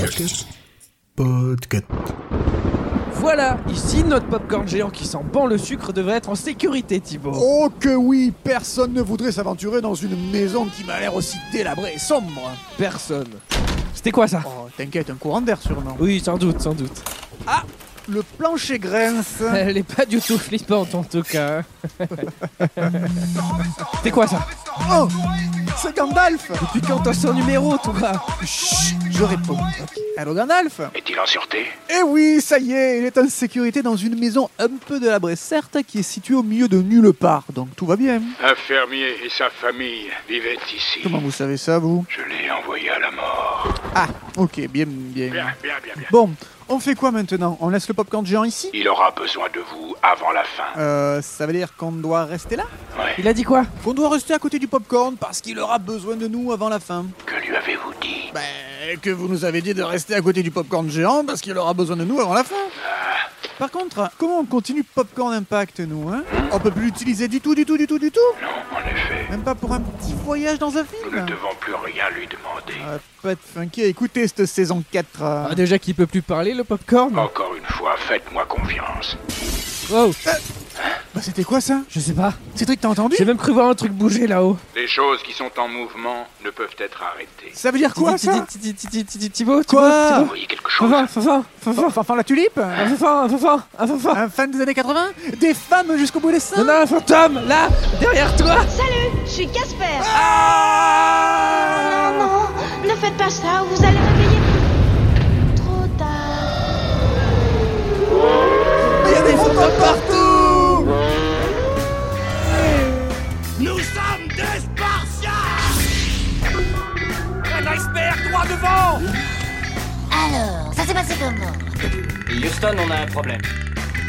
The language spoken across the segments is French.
Podcast. Podcast. Voilà, ici notre popcorn géant qui s'en le sucre devrait être en sécurité, Thibaut. Oh que oui, personne ne voudrait s'aventurer dans une maison qui m'a l'air aussi délabrée et sombre. Personne. C'était quoi ça Oh, t'inquiète, un courant d'air sûrement. Oui, sans doute, sans doute. Le plancher grince. Elle est pas du tout flippante en tout cas. C'était quoi ça Oh, c'est Gandalf. Depuis quand t'as son numéro, toi Chut, je réponds. Ok. Allô Gandalf Est-il en sûreté Eh oui, ça y est, il est en sécurité dans une maison un peu délabrée, certes, qui est située au milieu de nulle part, donc tout va bien. Un fermier et sa famille vivaient ici. Comment vous savez ça, vous Je l'ai envoyé à la mort. Ah, ok, bien, bien. Bien, bien, bien, bien. Bon, on fait quoi maintenant On laisse le popcorn géant ici Il aura besoin de vous avant la fin. Euh, ça veut dire qu'on doit rester là Ouais. Il a dit quoi Qu'on doit rester à côté du popcorn parce qu'il aura besoin de nous avant la fin. Que lui avez-vous dit Ben, que vous nous avez dit de rester à côté du popcorn géant parce qu'il aura besoin de nous avant la fin. Par contre, comment on continue Popcorn Impact, nous, hein On peut plus l'utiliser du tout, du tout, du tout, du tout Non, en effet. Même pas pour un petit voyage dans un Nous ne film devons plus rien lui demander. Ah, Pas de funky à écouter cette saison 4. euh. Ah, Déjà qu'il peut plus parler, le popcorn Oh. Encore une fois, faites-moi confiance. Wow, Bah, c'était quoi ça je sais pas. Cédric, t'as entendu J'ai même cru voir un truc bouger là-haut. Les choses qui sont en mouvement ne peuvent être arrêtées. Ça veut dire quoi Thibaut, ça Thibaut, Thibaut, Thibaut, Thibaut, Quoi Vous Thibaut, voyez quelque chose Fafin, Fafin, Fafin, Fanfan la tulipe un Fafin, un Fafin, un Fafin. Un fan des années 80 Des femmes jusqu'au bout des seins On a un fantôme là, derrière toi. Salut, je suis Casper. Ah Non, ne faites pas ça, vous allez réveiller. Trop tard. Il y a des fantômes partout Alors, ça s'est passé comment Houston, on a un problème.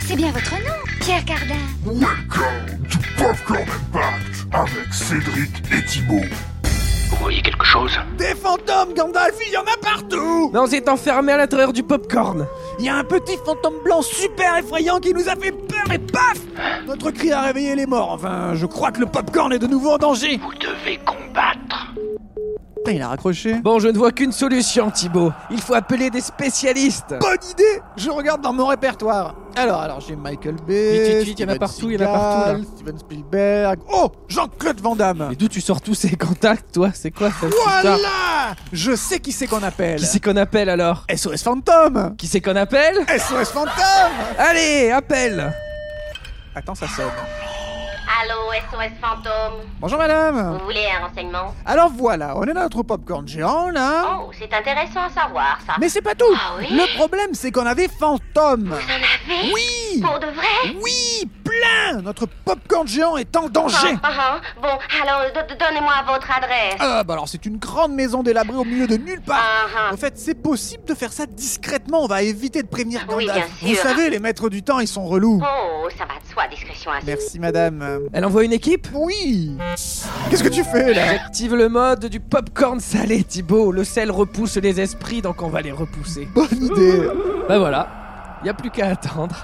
C'est bien votre nom, Pierre Cardin. Welcome to Popcorn Impact avec Cédric et Thibaut. Vous voyez quelque chose Des fantômes, Gandalf, il y en a partout Non, c'est enfermé à l'intérieur du popcorn. Il y a un petit fantôme blanc super effrayant qui nous a fait peur et paf Notre cri a réveillé les morts. Enfin, je crois que le popcorn est de nouveau en danger. Vous devez combattre. Putain, il a raccroché. Bon, je ne vois qu'une solution, Thibaut. Il faut appeler des spécialistes. Bonne idée Je regarde dans mon répertoire. Alors, alors, j'ai Michael Mais Bay, tu- tu- il y en a Steven partout, il y en a partout, là. Seagal, Steven Spielberg... Oh Jean-Claude Van Damme Mais d'où tu sors tous ces contacts, toi C'est quoi ça Voilà Je sais qui c'est qu'on appelle. Qui c'est qu'on appelle alors SOS Fantôme Qui c'est qu'on appelle SOS Fantôme Allez, appelle Attends, ça sonne. Allô, SOS Fantôme, Bonjour madame vous voulez un renseignement Alors voilà, on est dans notre popcorn géant là. Oh, c'est intéressant à savoir, ça. Mais c'est pas tout Ah oui Le problème c'est qu'on avait fantôme Vous en avez Oui Pour de vrai Oui Plein Notre popcorn géant est en danger Ah, ah, ah. Bon, alors, do- do- donnez-moi votre adresse. Ah bah alors c'est une grande maison délabrée au milieu de nulle part Ah, ah. En fait c'est possible de faire ça discrètement, on va éviter de prévenir Oui, Gandalf. bien sûr. Vous savez les maîtres du temps ils sont relous Oh, ça va de soi, discrétion ainsi. Merci madame Elle envoie une équipe Oui Qu'est-ce que tu fais là Active le mode du popcorn salé, Thibaut. Le sel repousse les esprits, donc on va les repousser. Bonne idée Bah voilà, y a plus qu'à attendre.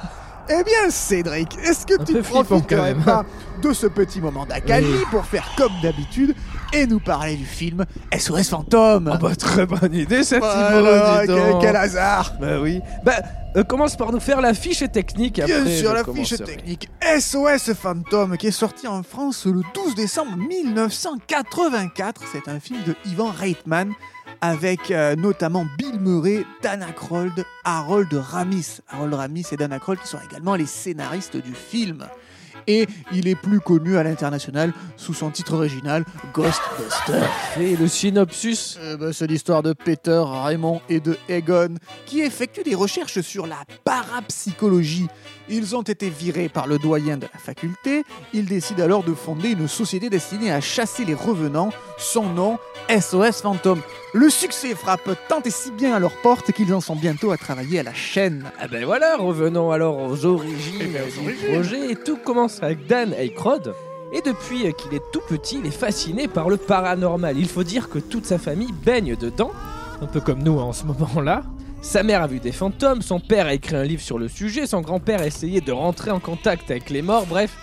Eh bien, Cédric, est-ce que Un tu peu flippant, profiterais quand même. pas de ce petit moment d'accalmie pour faire comme d'habitude et nous parler du film SOS Fantôme Oh bah très bonne idée cette Voilà, Thibaut, dis quel, donc. quel hasard Bah oui. Bah euh, commence par nous faire la fiche technique. Après, Bien sûr, je la fiche commencerai. technique SOS Fantôme qui est sorti en France le 12 décembre 1984. C'est un film de Ivan Reitman avec euh, notamment Bill Murray, Dan Aykroyd, Harold Ramis. Harold Ramis et Dan Aykroyd qui sont également les scénaristes du film. Et il est plus connu à l'international sous son titre original Ghostbusters. Et le synopsis. Euh, bah, c'est l'histoire de Peter, Raymond et de Egon qui effectuent des recherches sur la parapsychologie. Ils ont été virés par le doyen de la faculté. Ils décident alors de fonder une société destinée à chasser les revenants. Son nom, SOS Fantôme. Le succès frappe tant et si bien à leur porte qu'ils en sont bientôt à travailler à la chaîne. Ah ben voilà, revenons alors Eh aux origines du projet. Et tout commence avec Dan Aykroyd. Et depuis qu'il est tout petit, il est fasciné par le paranormal. Il faut dire que toute sa famille baigne dedans, un peu comme nous hein, en ce moment-là. Sa mère a vu des fantômes, son père a écrit un livre sur le sujet, son grand-père a essayé de rentrer en contact avec les morts, bref,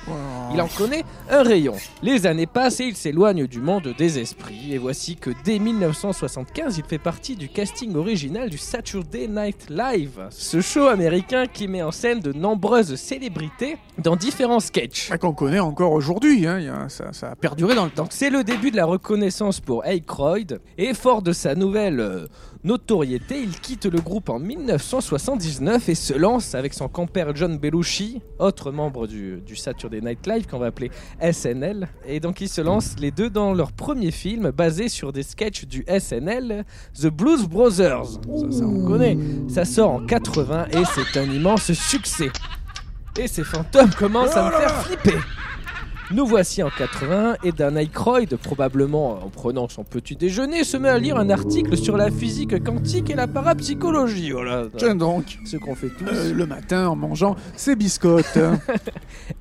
il en connaît un rayon. Les années passent et il s'éloigne du monde des esprits. Et voici que dès 1975, il fait partie du casting original du Saturday Night Live, ce show américain qui met en scène de nombreuses célébrités dans différents sketchs. Ah, qu'on connaît encore aujourd'hui, hein, il y a- ça, ça a perduré dans le temps. Donc c'est le début de la reconnaissance pour Aykroyd et fort de sa nouvelle euh, notoriété, il quitte le groupe en 1979 et se lance avec son compère John Belushi, autre membre du, du Saturday Night Live qu'on va appeler SNL. Et donc ils se lancent les deux dans leur premier film basé sur des sketchs du SNL, The Blues Brothers. Ça, ça on connaît. Ça sort en 80 et c'est un immense succès. Et ces fantômes commencent à me faire flipper. Nous voici en 81 et d'un Aykroyd, probablement en prenant son petit déjeuner, se met à lire un article sur la physique quantique et la parapsychologie. Voilà, Tiens donc, ce qu'on fait tous. euh, le matin en mangeant ses biscottes.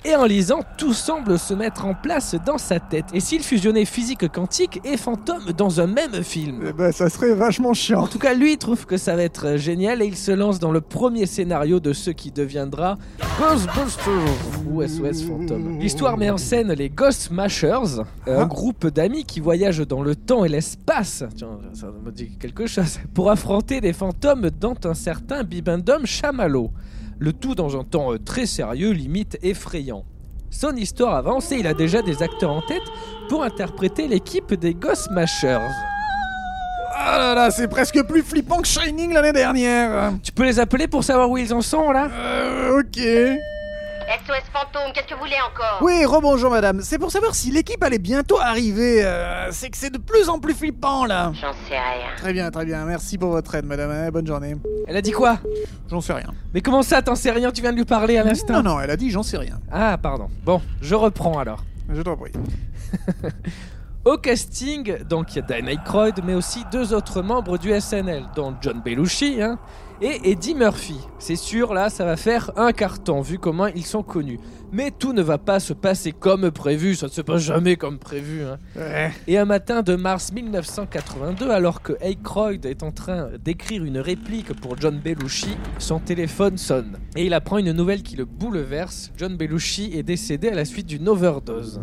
Et en lisant, tout semble se mettre en place dans sa tête. Et s'il fusionnait physique quantique et fantôme dans un même film Eh ben, ça serait vachement chiant. En tout cas, lui il trouve que ça va être euh, génial et il se lance dans le premier scénario de ce qui deviendra Ghostbusters ou SOS Fantôme. L'histoire met en scène les Ghost Smashers, euh, un Ah. groupe d'amis qui voyagent dans le temps et l'espace, tiens, ça me dit quelque chose, pour affronter des fantômes dans un certain Bibendum Chamallow. Le tout dans un temps euh, très sérieux, limite effrayant. Son histoire avance et il a déjà des acteurs en tête pour interpréter l'équipe des Ghost Smashers. Ah là là, c'est presque plus flippant que Shining l'année dernière. Tu peux les appeler pour savoir où ils en sont là Euh, ok. SOS fantôme, qu'est-ce que vous voulez encore Oui, rebonjour madame. C'est pour savoir si l'équipe allait bientôt arriver. euh, c'est que c'est de plus en plus flippant là. J'en sais rien. Très bien, très bien. Merci pour votre aide madame. Euh, bonne journée. Elle a dit quoi J'en sais rien. Mais comment ça, t'en sais rien Tu viens de lui parler à Non, l'instant non, elle a dit j'en sais rien. Ah, pardon. Bon, je reprends alors. Je t'en prie. Au casting, donc il y a Dan Aykroyd, mais aussi deux autres membres du SNL, dont John Belushi hein, et Eddie Murphy. C'est sûr, là, ça va faire un carton, vu comment ils sont connus. Mais tout ne va pas se passer comme prévu, ça ne se passe jamais comme prévu. hein. Ouais. Et un matin de mars 1982, alors que Aykroyd est en train d'écrire une réplique pour John Belushi, son téléphone sonne. Et il apprend une nouvelle qui le bouleverse. John Belushi est décédé à la suite d'une overdose.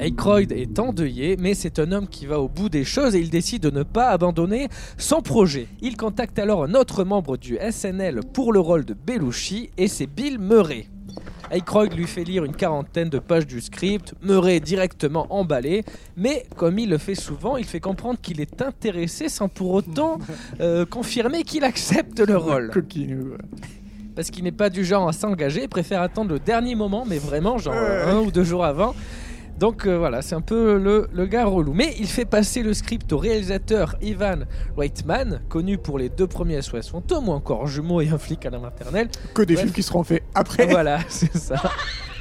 Aykroyd est endeuillé, mais c'est un homme qui va au bout des choses et il décide de ne pas abandonner son projet. Il contacte alors un autre membre du SNL pour le rôle de Belushi et c'est Bill Murray. Aykroyd lui fait lire une quarantaine de pages du script, Murray est directement emballé, mais comme il le fait souvent, il fait comprendre qu'il est intéressé sans pour autant euh, confirmer qu'il accepte le rôle. Coquinou. ouais. Parce qu'il n'est pas du genre à s'engager, il préfère attendre le dernier moment, mais vraiment, genre euh, un ou deux jours avant. Donc euh, voilà, c'est un peu le, le gars relou. Mais il fait passer le script au réalisateur Ivan Reitman, connu pour les deux premiers SOS fantômes ou encore Jumeaux et un flic à la maternelle. Que des Bref. films qui seront faits après. Voilà, c'est ça.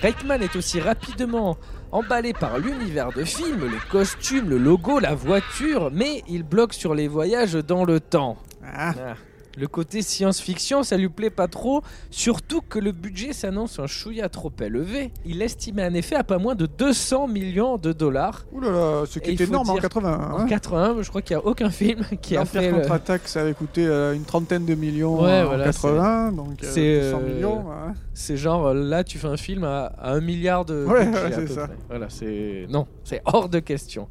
Reitman est aussi rapidement emballé par l'univers de film, les costumes, le logo, la voiture, mais il bloque sur les voyages dans le temps. Ah. Ah, Le côté science-fiction, ça lui plaît pas trop, surtout que le budget s'annonce un chouïa trop élevé. Il estimait en effet à pas moins de 200 millions de dollars. Ouh là là, ce qui Et il est faut énorme en hein. dire 80. En 81, je crois qu'il n'y a aucun film qui a fait L'Empire le... contre-attaque, ça avait coûté euh, une trentaine de millions Ouais, en voilà, 80, donc euh, c'est, 200 euh, millions. hein. C'est genre, euh, là, tu fais un film à, à un milliard de. Ouais, budget, ouais, à c'est peu ça. près. Voilà, c'est. Non, c'est hors de question.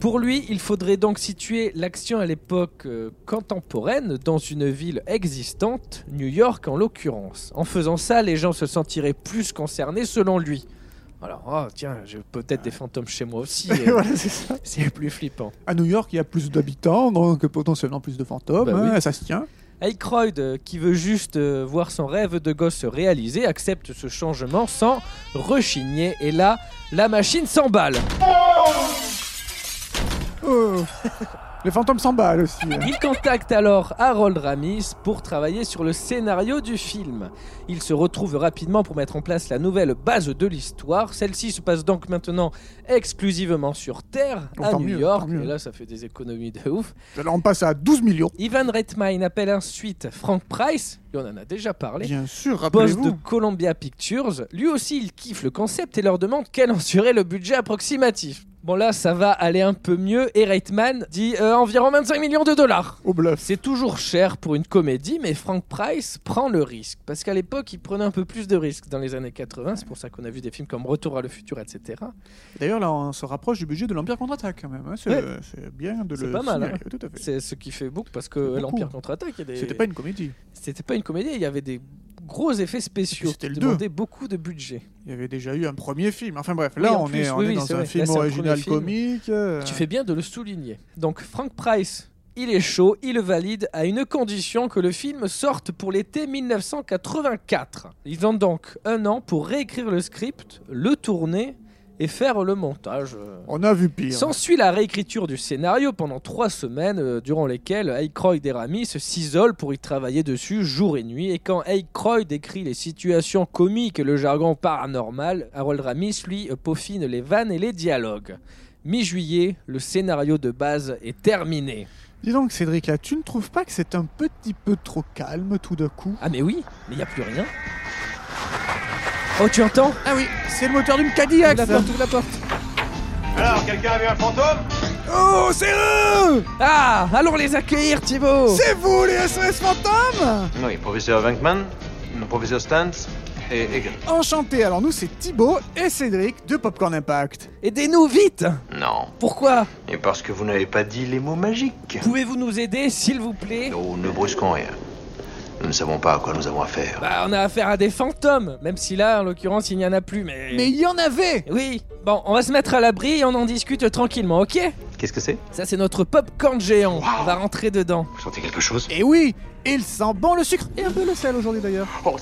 Pour lui, il faudrait donc situer l'action à l'époque euh, contemporaine dans une ville existante, New York en l'occurrence. En faisant ça, les gens se sentiraient plus concernés selon lui. Alors, oh, tiens, j'ai peut-être des fantômes chez moi aussi. euh, Ah. Voilà, c'est ça. c'est plus flippant. À New York, il y a plus d'habitants, donc potentiellement plus de fantômes. Bah oui. hein, Ça se tient. Aykroyd, euh, qui veut juste euh, voir son rêve de gosse se réaliser, accepte ce changement sans rechigner. Et là, la machine s'emballe. Oh. Les fantômes s'emballent aussi. hein. Il contacte alors Harold Ramis pour travailler sur le scénario du film. Il se retrouve rapidement pour mettre en place la nouvelle base de l'histoire. Celle-ci se passe donc maintenant exclusivement sur Terre, Oh, à tant New mieux, York. tant mieux. Et là, ça fait des économies de ouf. Là, on passe à 12 millions. Ivan Reitman appelle ensuite Frank Price, et on en a déjà parlé. Bien sûr, boss de rappelez-vous. Columbia Pictures, lui aussi il kiffe le concept et leur demande quel en serait le budget approximatif. Bon là, ça va aller un peu mieux. Et Reitman dit euh, environ 25 millions de dollars. Au bluff. C'est toujours cher pour une comédie, mais Frank Price prend le risque. Parce qu'à l'époque, il prenait un peu plus de risques dans les années 80. C'est pour ça qu'on a vu des films comme Retour à le futur, etc. D'ailleurs, là, on se rapproche du budget de l'Empire contre-attaque quand même. hein. C'est c'est bien de C'est le. pas mal, hein. signaler, Tout à fait. C'est ce qui fait beaucoup parce que Beaucoup. l'Empire contre-attaque, il y a des- C'était pas une comédie. c'était pas une comédie, il y avait des gros effets spéciaux. C'était le qui deux. demandaient beaucoup de budget. Il y avait déjà eu un premier film. Enfin bref, Oui, là, en on, plus, est, on oui, est oui, dans c'est un vrai. film Là, c'est le original premier film. comique. euh, Tu fais bien de le souligner. Donc Frank Price, il est chaud, il le valide à une condition que le film sorte pour l'été 1984. Ils ont donc un an pour réécrire le script, le tourner et faire le montage. On a vu pire. S'ensuit la réécriture du scénario pendant trois semaines euh, durant lesquelles Aykroyd et Ramis s'isolent pour y travailler dessus jour et nuit. Et quand Aykroyd décrit les situations comiques et le jargon paranormal, Harold Ramis, lui, euh, peaufine les vannes et les dialogues. Mi-juillet, le scénario de base est terminé. Dis donc, Cédric, là, tu ne trouves pas que c'est un petit peu trop calme tout d'un coup Ah mais oui, mais il n'y a plus rien. Oh, tu entends Ah oui, c'est le moteur d'une Cadillac. Ouvre la ça. porte, ouvre la porte. Alors, quelqu'un a vu un fantôme Oh, c'est eux Ah, allons les accueillir, Thibaut C'est vous, les SOS fantômes Oui, professeur Venkman, professeur Stantz et Egan. Enchanté. Alors nous, c'est Thibaut et Cédric de Popcorn Impact. Aidez-nous vite Non, Pourquoi et parce que vous n'avez pas dit les mots magiques. Pouvez-vous nous aider, s'il vous plaît Nous ne brusquons rien. Nous ne savons pas à quoi nous avons affaire. Bah, on a affaire à des fantômes, même si là, en l'occurrence, il n'y en a plus, mais. Mais il y en avait Oui Bon, on va se mettre à l'abri et on en discute tranquillement, ok Qu'est-ce que c'est Ça, c'est notre popcorn géant. On va rentrer dedans. Vous sentez quelque chose Et oui Il sent bon le sucre et un peu le sel aujourd'hui d'ailleurs. Oh,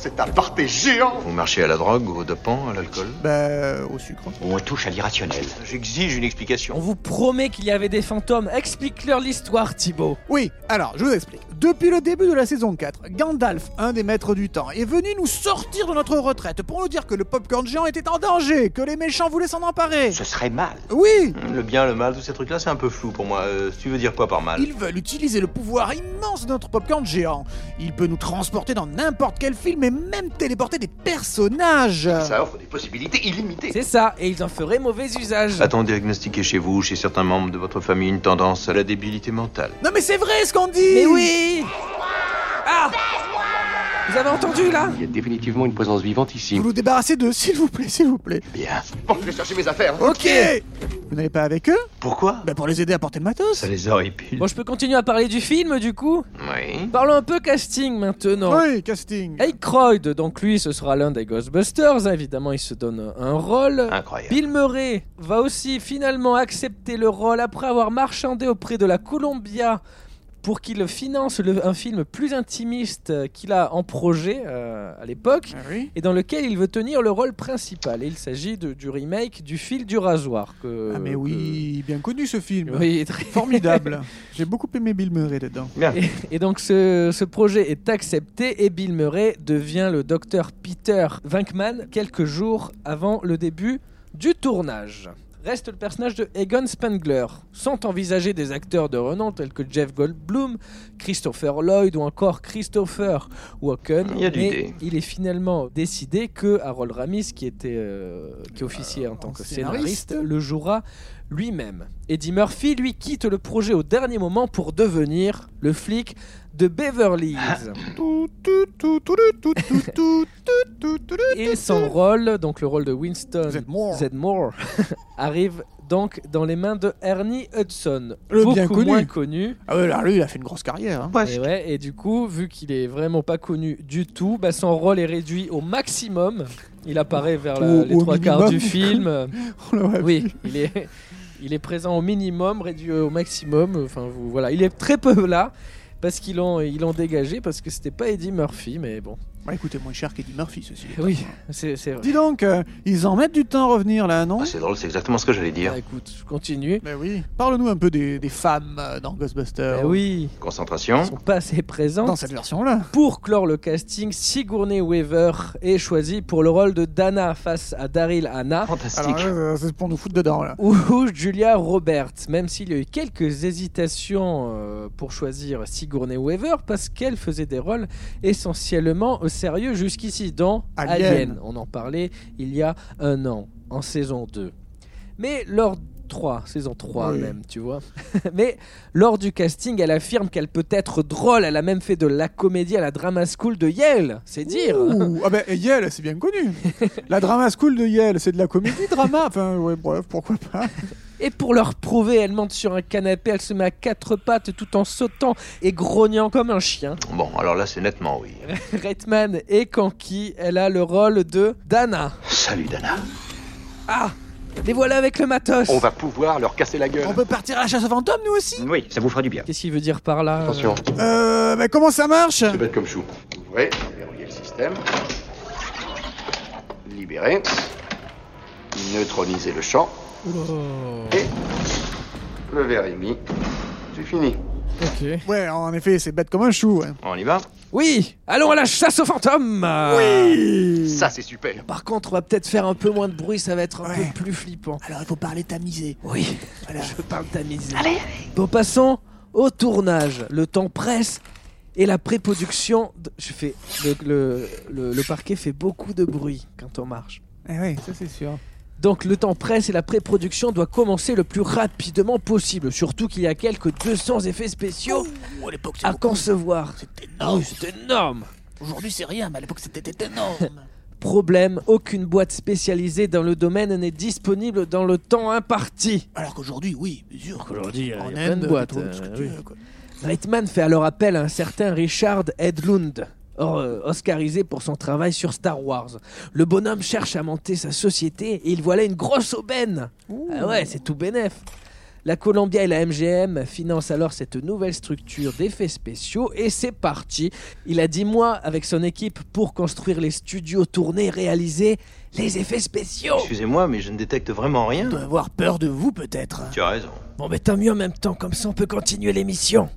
Vous marchez à la drogue, au dopant, à l'alcool Bah, au sucre. On touche à l'irrationnel. J'exige une On explication. vous promet qu'il y avait des fantômes. Explique-leur l'histoire, Thibaut. Oui, alors je vous explique. Depuis le début de la saison 4, Gandalf, un des maîtres du temps, est venu nous sortir de notre retraite pour nous dire que le popcorn géant était en danger, que les méchants voulaient s'en emparer. Ce serait mal. Oui Hmm. Le bien, le mal, tous ces trucs-là, c'est un peu flou pour moi. Euh, tu veux dire quoi par mal Ils veulent utiliser le pouvoir immense de notre popcorn géant. Il peut nous transporter dans n'importe quel film et même téléporter des personnages. Ça offre des possibilités illimitées. C'est ça, et Bah, ils en feraient mauvais usage. A-t-on diagnostiqué chez vous, chez certains membres de votre famille, une tendance à la débilité mentale Non mais c'est vrai ce qu'on dit Mais oui Ah Vous avez entendu, là Il y a définitivement une présence vivante ici. Vous nous débarrassez d'eux, s'il vous plaît, s'il vous plaît. Bien. Ok Vous n'allez pas avec eux Pourquoi Bah pour les aider à porter le matos Ça les horripile. Bon, je peux continuer à parler du film, du coup Oui. Parlons un peu casting, maintenant. Oui, casting Aykroyd, donc lui, ce sera l'un des Ghostbusters. hein, Évidemment, il se donne un rôle. Incroyable. Bill Murray va aussi finalement accepter le rôle après avoir marchandé auprès de la Columbia pour qu'il finance le- un film plus intimiste euh, qu'il a en projet euh, à Ah l'époque et dans lequel il veut tenir le rôle principal. Et il s'agit de- du remake du fil du rasoir. Que, Ah mais oui, bien connu ce que- film oui, très- Formidable J'ai beaucoup aimé Bill Murray dedans. Et, et donc ce, ce projet est accepté et Bill Murray devient le docteur Peter Venkman quelques jours avant le début du tournage. Reste le personnage de Egon Spengler. Sont envisagés des acteurs de renom tels que Jeff Goldblum, Christopher Lloyd ou encore Christopher Walken. Il y a du mais dé. il est finalement décidé que Harold Ramis, qui était euh, qui officiait en tant que scénariste. scénariste, le jouera lui-même. Eddie Murphy, lui, quitte le projet au dernier moment pour devenir le flic de Beverly Hills. Tout, tout, tout, tout, tout, tout, tout, tout, tout, tout, tout. Et son rôle, donc le rôle de Winston Vous êtes morts. Zedmore, arrive donc dans les mains de Ernie Hudson, Le beaucoup bien connu. moins connu. Ah ouais, là, lui, il a fait une grosse carrière. hein. Et, ouais, et du coup, vu qu'il est vraiment pas connu du tout, bah, son rôle est réduit au maximum. Il apparaît vers la- Au- les au trois quarts minimum. du film. Oh là, ouais. Oui, il est, il est présent au minimum, réduit au maximum. Enfin, vous, voilà, il est très peu là parce qu'ils l'ont, ils l'ont dégagé parce que c'était pas Eddie Murphy, mais bon. Bah écoutez, moins cher qu'Eddie Murphy, ceci. Oui, c'est, c'est vrai. Dis donc, euh, ils en mettent du temps à revenir là, non Ah, c'est drôle, c'est exactement ce que j'allais dire. Ah, écoute, je continue. Bah oui. Parle-nous un peu des, des femmes euh, dans Eh Ghostbusters. oui, Concentration. ils sont pas assez présents. Dans cette version-là. Pour clore le casting, Sigourney Weaver est choisie pour le rôle de Dana face à Daryl Hannah. Fantastique. Alors là, euh, c'est pour nous foutre dedans, là. ou Julia Roberts, même s'il y a eu quelques hésitations euh, pour choisir Sigourney Weaver parce qu'elle faisait des rôles essentiellement euh, sérieux jusqu'ici dans Alien. Alien. On en parlait il y a un an, en saison 2. Mais lors 3, saison 3 Oui. même, tu vois. Mais lors du casting, elle affirme qu'elle peut être drôle. Elle a même fait de la comédie à la drama school de Yale, c'est dire. Ouh, ah ben Yale, c'est bien connu. La drama school de Yale, c'est de la comédie drama. Enfin, ouais, bref, pourquoi pas. Et pour leur prouver, elle monte sur un canapé, elle se met à quatre pattes tout en sautant et grognant comme un chien. euh, Bon, alors là, c'est nettement oui. Reitman et Kanki, elle a le rôle de Dana. Salut, Dana. Ah Les voilà avec le matos On va pouvoir leur casser la gueule. On peut partir à la chasse aux fantômes, nous aussi Oui, ça vous fera du bien. Qu'est-ce qu'il veut dire par là euh Attention, Euh, ben comment ça marche c'est bête comme chou. Ouvrez, verrouillez le système. Libérez. Neutronisez le champ. Et le verre est mis. C'est fini. Ouais, en effet, c'est bête comme un chou. hein. On y va Oui Allons à la chasse aux fantômes Oui Ça, c'est super. Par contre, on va peut-être faire un peu moins de bruit, ça va être un Ouais. peu plus flippant. Alors, il faut parler tamisé. Oui, Voilà. je parle d'amise. Allez Bon, passons au tournage. Le temps presse et la pré-production... de- Je fais... Le, le- le- le parquet fait beaucoup de bruit quand on marche. Eh oui, ça c'est sûr. Donc le temps presse et la pré-production doit commencer le plus rapidement possible, surtout qu'il y a quelques 200 effets spéciaux Ouh, Oh, à l'époque, c'est à beaucoup. concevoir. Ah C'était Oui, énorme. c'est énorme Aujourd'hui, c'est rien, mais à l'époque, c'était énorme. Problème, aucune boîte spécialisée dans le domaine n'est disponible dans le temps imparti. Alors qu'aujourd'hui, oui, bien sûr. Aujourd'hui, en il y a plein de Inde, boîtes, tu trouves ce euh, que tu oui. veux, quoi. Reitman fait alors appel à un certain Richard Edlund, or, euh, oscarisé pour son travail sur Star Wars. Le bonhomme cherche à monter sa société et il voilà une grosse aubaine. Ah ouais, c'est tout bénef. La Columbia et la MGM financent alors cette nouvelle structure d'effets spéciaux et c'est parti. Il a 10 mois avec son équipe pour construire les studios, tourner, réaliser les effets Oh. spéciaux. Excusez-moi, mais je ne détecte vraiment rien. On doit avoir peur de vous, peut-être. Tu as raison. Bon, mais tant mieux en même temps, comme ça on peut continuer l'émission.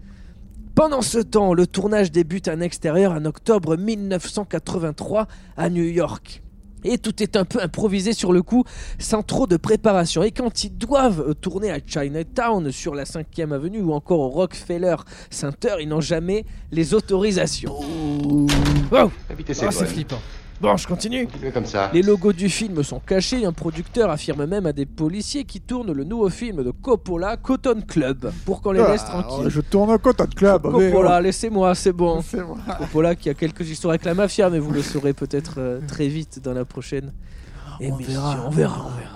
Pendant ce temps, le tournage débute en extérieur en octobre 1983 à New York. Et tout est un peu improvisé sur le coup, sans trop de préparation. Et quand ils doivent euh, tourner à Chinatown, sur la 5e avenue ou encore au Rockefeller Center, ils n'ont jamais les autorisations. Oh, Évitez ces Ah, c'est douanes. flippant. Bon, je continue. Mieux comme ça. Les logos du film sont cachés, un producteur affirme même à des policiers qui tournent le nouveau film de Coppola, Cotton Club, pour qu'on les laisse Ah, tranquilles. ouais, hein. je tourne au coton club. mais- Coppola, laissez-moi, c'est bon. C'est vrai. Coppola qui a quelques histoires avec la mafia, mais vous le saurez peut-être euh, très vite dans la prochaine émission. verra. on verra, on verra.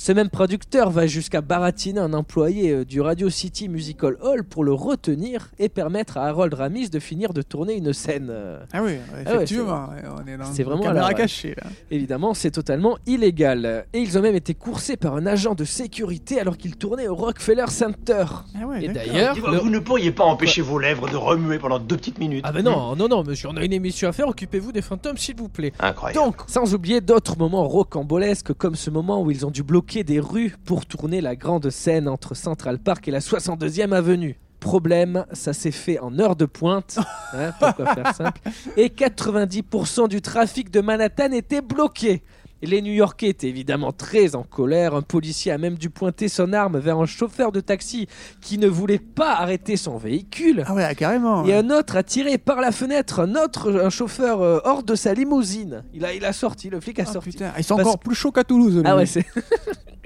Ce même producteur va jusqu'à baratiner un employé euh, du Radio City Musical Hall pour le retenir et permettre à Harold Ramis de finir de tourner une scène. euh, Ah oui, Ah ouais, c'est- effectivement, on est dans c'est une vraiment caméra la- cachée là. Évidemment, c'est totalement illégal. Et ils ont même été coursés par un agent de sécurité alors qu'ils tournaient au Rockefeller Center. Ah ouais, Et d'accord. d'ailleurs, le- ne pourriez pas empêcher vos lèvres de remuer pendant deux petites minutes. ah ben non, non, non, monsieur, on a une émission à faire. Occupez-vous des fantômes, s'il vous plaît. Incroyable. Donc, sans oublier d'autres moments rocambolesques, comme ce moment où ils ont dû bloquer des rues pour tourner la grande scène entre Central Park et la 62e avenue. Problème, ça s'est fait en heure de pointe, hein, pourquoi faire simple, et 90% du trafic de Manhattan était bloqué. Les New Yorkais étaient évidemment très en colère, un policier a même dû pointer son arme vers un chauffeur de taxi qui ne voulait pas arrêter son véhicule. Ah ouais, carrément. Et ouais. un autre a tiré par la fenêtre un autre un chauffeur euh, hors de sa limousine. Il a, il a sorti, le flic a Ah, sorti. putain, ils sont Parce- encore plus chauds qu'à Toulouse. Ah lui. ouais, c'est.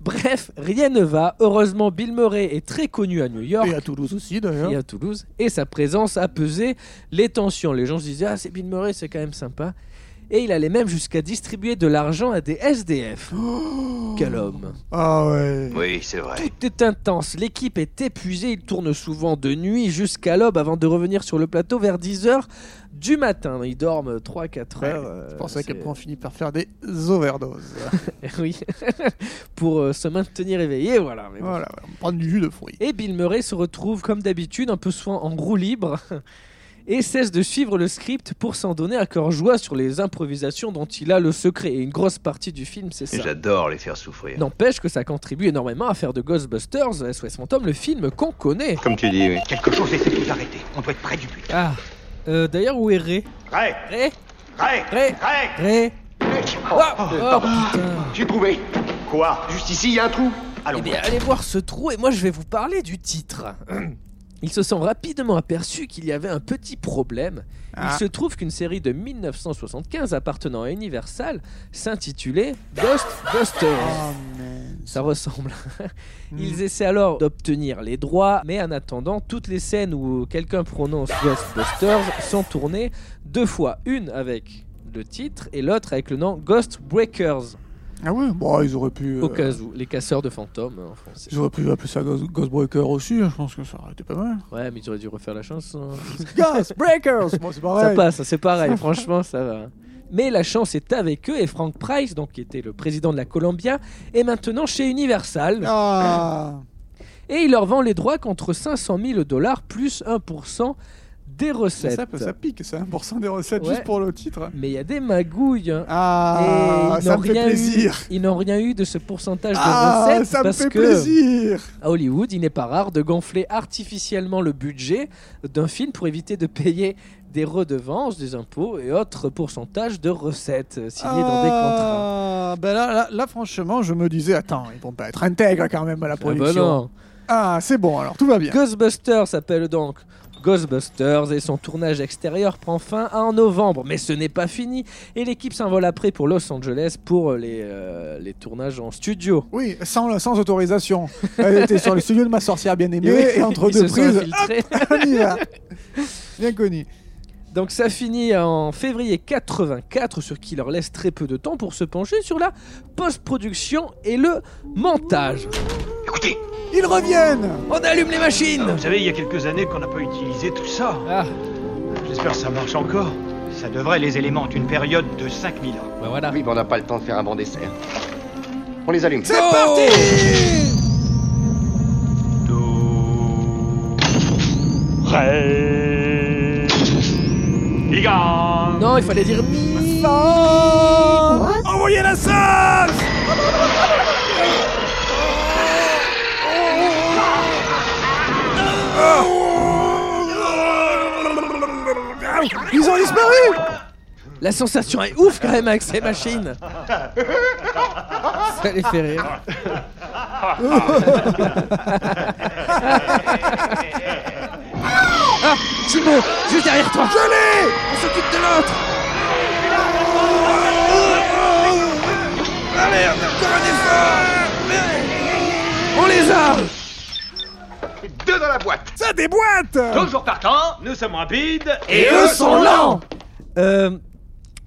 Bref, rien ne va. Heureusement, Bill Murray est très connu à New York Et à Toulouse aussi d'ailleurs. et à Toulouse, et sa présence a pesé les tensions. Les gens se disaient Ah, c'est Bill Murray, c'est quand même sympa. Et il allait même jusqu'à distribuer de l'argent à des SDF. Oh Quel homme Ah ouais. Oui, c'est vrai. tout est intense, l'équipe est épuisée, ils tournent souvent de nuit jusqu'à l'aube avant de revenir sur le plateau vers 10h du matin. Ils dorment 3-4 Ouais, heures. euh, C'est pour ça c'est- qu'après on finit par faire des overdoses. Oui, pour euh, se maintenir éveillé, voilà. mais bon. voilà, ouais, on prend du jus de fruits. Et Bill Murray se retrouve comme d'habitude un peu soin en roue libre et cesse de suivre le script pour s'en donner à cœur joie sur les improvisations dont il a le secret. Et une grosse partie du film, c'est ça. J'adore les faire souffrir. N'empêche que ça contribue énormément à faire de Ghostbusters, SOS Phantom, le film qu'on connaît. Comme tu dis, oui. Quelque chose essaie de nous arrêter. On doit être près du but. Ah, euh, d'ailleurs, où est Ray Ray Ray Ray Ray Ray Ray Oh, Oh, oh, oh, euh, pardon. putain J'ai trouvé Quoi Juste ici, il y a un trou Eh Allons bien, allez voir ce trou et moi je vais vous parler du titre. Ils se sont rapidement aperçus qu'il y avait un petit problème. Ah. Il se trouve qu'une série de 1975 appartenant à Universal s'intitulait Ghostbusters. Oh, man. Ça ressemble. Hmm. Mhm. Ils essaient alors d'obtenir les droits, mais en attendant, toutes les scènes où quelqu'un prononce Ghostbusters sont tournées deux fois. Une avec le titre et l'autre avec le nom Ghost Breakers, Ah oui, bon, ils auraient pu. euh, au cas où les casseurs de fantômes euh, en français. Ils auraient pu appeler ça Ghost, Ghostbreaker aussi, hein, je pense que ça aurait été pas mal. Ouais, mais ils auraient dû refaire la chanson. Ghostbreakers Bon, c'est Ça pareil. passe, c'est pareil, franchement, ça va. Mais la chance est avec eux et Frank Price, donc, qui était le président de la Columbia, est maintenant chez Universal. Ah Et il leur vend les droits contre 500 000 dollars plus 1% des ça, recettes. ça, ça pique, ça, 1% des recettes Ouais. juste pour le titre. Mais il y a des magouilles. hein. Ah, et ils ça n'ont me fait rien eu. plaisir. Ils n'ont rien eu de ce pourcentage de Ah, recettes ça me parce fait que plaisir. à Hollywood, il n'est pas rare de gonfler artificiellement le budget d'un film pour éviter de payer des redevances, des impôts et autres pourcentages de recettes euh, signés dans des contrats. Ah, ben là, là, là, franchement, je me disais, attends, ils vont pas être intègres quand même à la Ah bah production. non. Ah, c'est bon, alors tout va bien. Ghostbusters s'appelle donc Ghostbusters et son tournage extérieur prend fin en novembre. Mais ce n'est pas fini et l'équipe s'envole après pour Los Angeles pour les, euh, les tournages en studio. Oui, sans, sans autorisation. Elle était sur le studio de ma sorcière bien aimée et, entre Ils deux se sont prises, infiltrés. on y va. Bien connu. Donc ça finit en février 84, ce qui leur laisse très peu de temps pour se pencher sur la post-production et le montage. Écoutez, Ils reviennent On allume les machines vous savez, il y a quelques années qu'on n'a pas utilisé tout ça. Ah, J'espère que ça marche encore. Ça devrait, les éléments, une période de 5000 ans. bah voilà. Oui, mais on n'a pas le temps de faire un bon dessert. On les allume. Oh Non, il fallait dire mi. Envoyez la sauce Ah. Ils ont disparu La sensation est ouf quand même avec ces machines. Ça les fait rire. ah, Simon, juste derrière toi. Je l'ai. On s'occupe de l'autre. Allez, encore un effort. On les a. Deux dans la boîte. Ça déboîte Toujours partant, nous sommes rapides. Et eux sont lents. Euh,